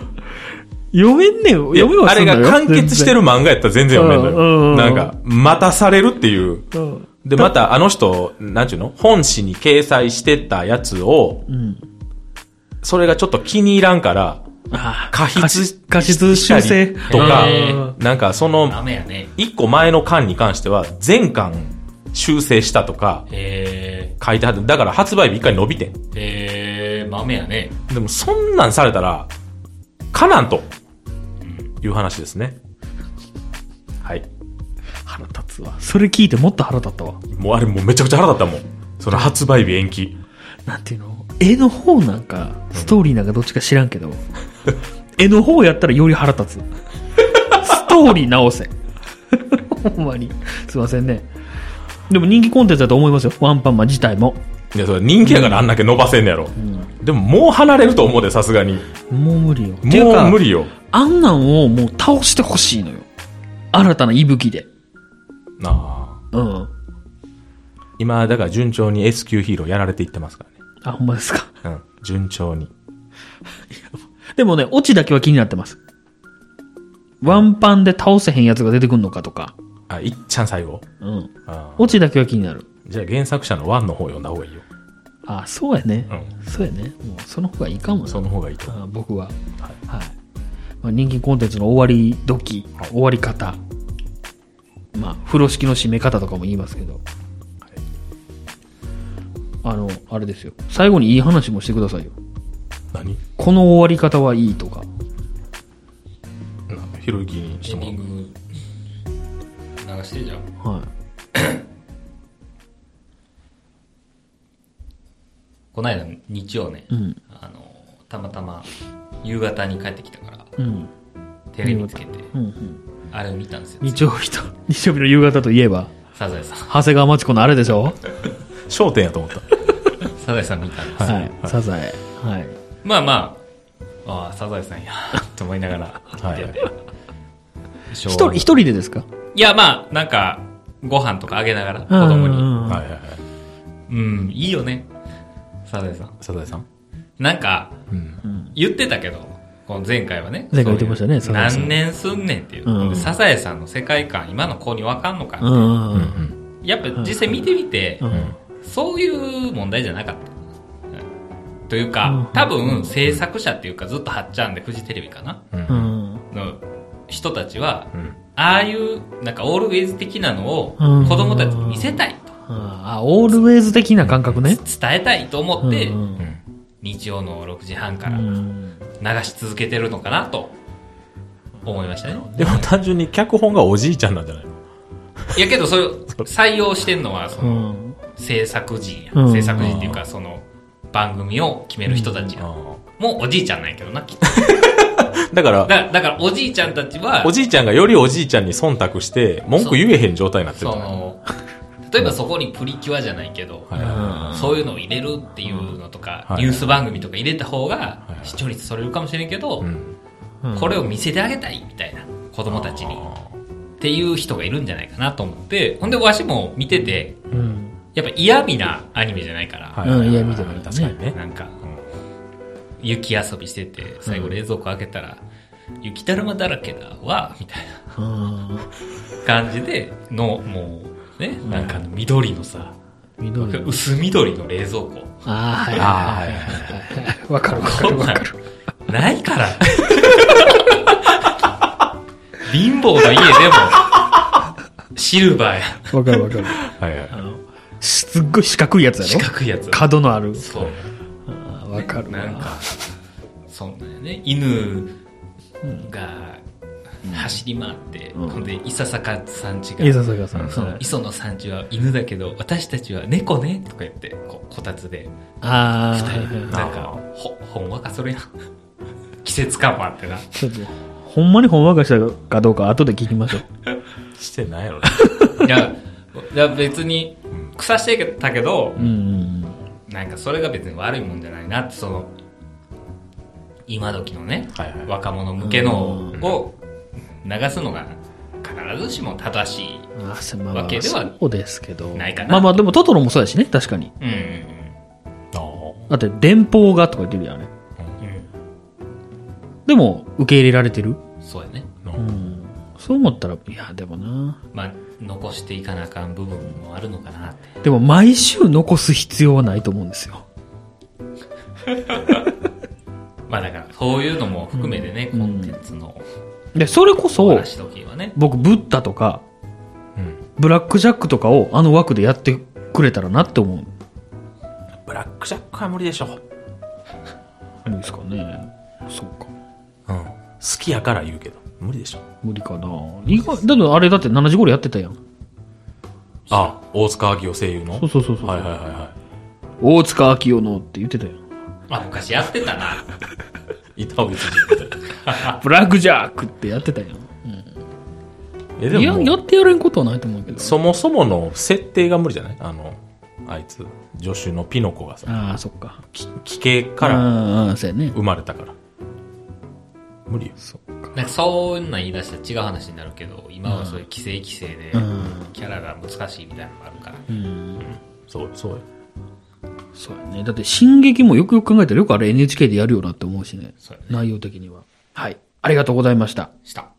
Speaker 1: 読めんねん。
Speaker 3: いや
Speaker 1: 読めは
Speaker 3: あ
Speaker 1: す
Speaker 3: れ
Speaker 1: んのよ
Speaker 3: が完結してる漫画やったら全然読めんの
Speaker 1: うんうんうん
Speaker 3: よ。なんか、待たされるっていう。
Speaker 1: 全然
Speaker 3: で、またあの人、なんちゅうの本誌に掲載してたやつを、
Speaker 1: ん
Speaker 3: それがちょっと気に入らんから、
Speaker 1: ああ
Speaker 3: 過
Speaker 1: 過
Speaker 3: 失
Speaker 1: 失過失修正
Speaker 3: したりとか
Speaker 2: へ、
Speaker 3: なんかその、
Speaker 2: ダメやね。
Speaker 3: 一個前の巻に関しては、全巻修正したとか、
Speaker 2: え
Speaker 3: 書いてある。だから発売日一回伸びてん。
Speaker 2: ー、えー、豆やね。
Speaker 3: でもそんなんされたら、かなんと、いう話ですね。はい。
Speaker 1: 腹立つわ。それ聞いてもっと腹立ったわ。
Speaker 3: もうあれもうめちゃくちゃ腹立ったもん。その発売日延期。
Speaker 1: なんていうの絵の方なんか、ストーリーなんかどっちか知らん けど、絵の方やったらより腹立つ。ストーリー直せ。 ほんまに。すいませんね。でも人気コンテンツだと思いますよ。ワンパンマン自体も。
Speaker 3: いや、それ人気やからあんだけ伸ばせんねやろ。でももう離れると思うで、さすがに。
Speaker 1: もう無理よ。っていう
Speaker 3: もう
Speaker 1: か
Speaker 3: 無理よ。
Speaker 1: あんなんをもう倒してほしいのよ。新たな息吹で。
Speaker 3: なあ。
Speaker 1: うん。
Speaker 3: 今、だから順調に S 級ヒーローやられていってますか
Speaker 1: あ、ほんまですか。
Speaker 3: らね。うん。順調に。
Speaker 1: でもね、オチだけは気になってます。ワンパンで倒せへんやつが出てくんのかとか。
Speaker 3: あ、いっちゃん最後。
Speaker 1: うん。
Speaker 3: あ
Speaker 1: オチだけは気になる。
Speaker 3: じゃあ原作者のワンの方読んだ方がいいよ。
Speaker 1: あ、そうやね。
Speaker 3: うん。
Speaker 1: そうやね。もうその方がいいかもな
Speaker 3: その方がいいと。
Speaker 1: あ僕は。はい。まあ、人気コンテンツの終わり時、終わり方。まあ、風呂敷の締め方とかも言いますけど。あの、あれですよ。最後にいい話もしてくださいよ。
Speaker 3: 何
Speaker 1: この終わり方はいいとか。
Speaker 3: ひろゆきにし
Speaker 2: エ
Speaker 3: て
Speaker 2: ン
Speaker 3: も
Speaker 2: ディ
Speaker 3: らう。
Speaker 2: ング、流してじゃん。
Speaker 1: はい。
Speaker 2: この間日曜ね、
Speaker 1: うん
Speaker 2: あのたまたま夕方に帰ってきたから
Speaker 1: うん。
Speaker 2: テレビつけて、
Speaker 1: うんうん。
Speaker 2: あれを見たんですよ。
Speaker 1: 日曜日と、 日曜日の夕方といえば、
Speaker 2: サザエさん。
Speaker 1: 長谷川町子のあれでしょ
Speaker 3: 焦点やと思った。
Speaker 2: サザエさん見たんです。
Speaker 1: はい。サザエ。はい。
Speaker 2: まあまあ、ああ、サザエさんや、と思いながら見てて。一
Speaker 1: 一人、一人でですか
Speaker 2: いや、まあ、なんか、ご飯とかあげながら、子
Speaker 1: うん
Speaker 2: 供
Speaker 1: う
Speaker 2: に。
Speaker 1: んうん
Speaker 3: はいはいはい。
Speaker 2: うん、いいよね。サザエさん。
Speaker 3: サザエさん
Speaker 2: なんか、
Speaker 3: うん。
Speaker 2: 言ってたけど、この前回はね。
Speaker 1: 前回言ってましたね
Speaker 2: そういう
Speaker 1: サザエさん
Speaker 2: 何年すんねんっていう。
Speaker 1: うん
Speaker 2: サザエさんの世界観、今の子にわかんのか、
Speaker 1: うんうん
Speaker 3: う
Speaker 1: うん。
Speaker 3: ん。
Speaker 2: やっぱ実際見てみて、
Speaker 1: うん
Speaker 2: そういう問題じゃなかった。うんという
Speaker 1: うん
Speaker 2: か、多分制作者っていうかずっとはっちゃんでフジテレビかな
Speaker 3: うん。
Speaker 1: う
Speaker 3: うん。
Speaker 1: ん。
Speaker 2: の人たちは、
Speaker 3: うん。
Speaker 2: ああいうなんかオールウェイズ的なのを
Speaker 1: うん
Speaker 2: 子供たちに見せたいと、
Speaker 1: あ、オールウェイズ的な感覚ね。
Speaker 2: 伝えたいと思って、
Speaker 1: うん
Speaker 3: うん
Speaker 2: 日曜の6時半か
Speaker 1: う
Speaker 2: ら
Speaker 1: ん
Speaker 2: 流し続けてるのかなと思いましたね。
Speaker 3: でも単純に脚本がおじいちゃんなんじゃないの
Speaker 2: いやけどそれ 採用してんのはそうの
Speaker 1: ん。
Speaker 2: 制作陣や、
Speaker 1: うん
Speaker 2: 制作陣っていうかその番組を決める人たちや、もうおじいちゃんなんやけどな、きっと
Speaker 3: だから、
Speaker 2: だだからおじいちゃんたちは
Speaker 3: お、じいちゃんがよりおじいちゃんに忖度して、文句言えへん状態になってる
Speaker 2: そ
Speaker 3: んじゃない
Speaker 2: の、 例えばそこにプリキュアじゃないけど、
Speaker 3: はいは
Speaker 2: そういうのを入れるっていうのとか、
Speaker 3: はい
Speaker 2: ニュース番組とか入れた方が
Speaker 3: はい
Speaker 2: 視聴率それるかもしれんけ
Speaker 3: い
Speaker 2: ど、
Speaker 3: うん
Speaker 2: これを見せてあげたいみたいな、子供たちに。っていう人がいるんじゃないかなと思って、ほんでわしも見てて、
Speaker 1: うん。
Speaker 2: やっぱ嫌味なアニメじゃないから、
Speaker 3: は
Speaker 1: うんいや見てない
Speaker 3: 確かにね。
Speaker 2: なんか、雪遊びしてて、最後冷蔵庫開けたら、雪だるまだらけだわ、みたいな。
Speaker 1: うん。
Speaker 2: 感じでのもうねなんか緑のさ、
Speaker 1: 緑。
Speaker 2: 薄緑の冷蔵庫
Speaker 1: ああ、はい。
Speaker 3: ああ、はい
Speaker 1: わかるわか
Speaker 2: こん
Speaker 1: るわ
Speaker 2: な
Speaker 1: か
Speaker 2: ん
Speaker 1: る。
Speaker 2: ないから貧乏の家でもシルバーや
Speaker 1: わかるわかる。
Speaker 3: はいはい。
Speaker 1: あの、すっごい四角いやつやろ
Speaker 2: 四角いやつ
Speaker 1: 角のある。
Speaker 2: そう
Speaker 1: ああわかるわ。
Speaker 2: なんかそんなんやね犬が走り回って、
Speaker 1: うん
Speaker 2: ほんで伊佐坂さんちが
Speaker 1: いいささかさん。
Speaker 2: その磯野さんちは犬だけど私たちは猫ねとか言ってこうこたつで
Speaker 1: ああ、はいはい
Speaker 2: なんか、ほ、ほんわかするやん。季節感もあってな。
Speaker 1: ちょっと、ほんまにほんわかしたかどうか後で聞きましょう。
Speaker 3: してない やろね。
Speaker 2: いや、 いや別に、腐してたけど
Speaker 1: う、ん。
Speaker 2: なんかそれが別に悪いもんじゃないなって、その、今時のね、
Speaker 3: はいはい
Speaker 2: 若者向けの
Speaker 1: うん
Speaker 2: を流すのが、必ずしも正しい。
Speaker 1: ああ、まあま
Speaker 2: わ
Speaker 1: あ
Speaker 2: けでは
Speaker 1: そうですけど。
Speaker 2: ないかな
Speaker 1: まあまあ、でもトトロもそうやしね、確かに。
Speaker 2: うん
Speaker 3: あー
Speaker 1: だって、電報がとか言ってるやんね。
Speaker 2: うんうん。うん。
Speaker 1: でも、受け入れられてる。
Speaker 2: そうやね。
Speaker 1: うん。そう思ったら、いや、でもな。
Speaker 2: まあ、残していかなあかん部分もあるのかなって。
Speaker 1: でも、毎週残す必要はないと思うんですよ。
Speaker 2: まあだから、そういうのも含めてね、コンテンツの
Speaker 1: で、それこそ、
Speaker 2: 話し時はね。
Speaker 1: 僕、ブッダとか、
Speaker 3: うん
Speaker 1: ブラックジャックとかをあの枠でやってくれたらなって思う
Speaker 3: ブラックジャックは無理でしょ。
Speaker 1: んですかね。そっか。
Speaker 3: うん。好きやから言うけど、無理でしょ。
Speaker 1: 無理かな。意外、だってあれだって7時頃やってたやん。
Speaker 3: あ、大塚明夫声優の
Speaker 1: そうそうそうそう。
Speaker 3: はいはいはいは
Speaker 1: 大塚明夫のって言ってたよ。
Speaker 2: あ、昔やってたな。
Speaker 3: い。板尾別人みたいな。
Speaker 1: ブラックジャックってやってたよ。
Speaker 3: え、
Speaker 1: い
Speaker 3: で
Speaker 1: や、や
Speaker 3: も、
Speaker 1: ってやれんことはないと思うけど。
Speaker 3: そもそもの設定が無理じゃないあの、あいつ、助手のピノコがさ、
Speaker 1: ああ、そっか。
Speaker 3: き奇形から
Speaker 1: うんうん、そうやね。
Speaker 3: 生まれたから。無理よ。
Speaker 2: なんかそんなん言い出したら違う話になるけど、今はそういう規制規制で
Speaker 1: うん、
Speaker 2: キャラが難しいみたいなのもあるから。
Speaker 1: うん。
Speaker 3: そう、そうよ。
Speaker 1: そうやね。だって、進撃もよくよく考えたらよくあれ NHK でやるよなって思うしね。
Speaker 2: そうやね
Speaker 1: 内容的には。はい。ありがとうございました。
Speaker 2: した。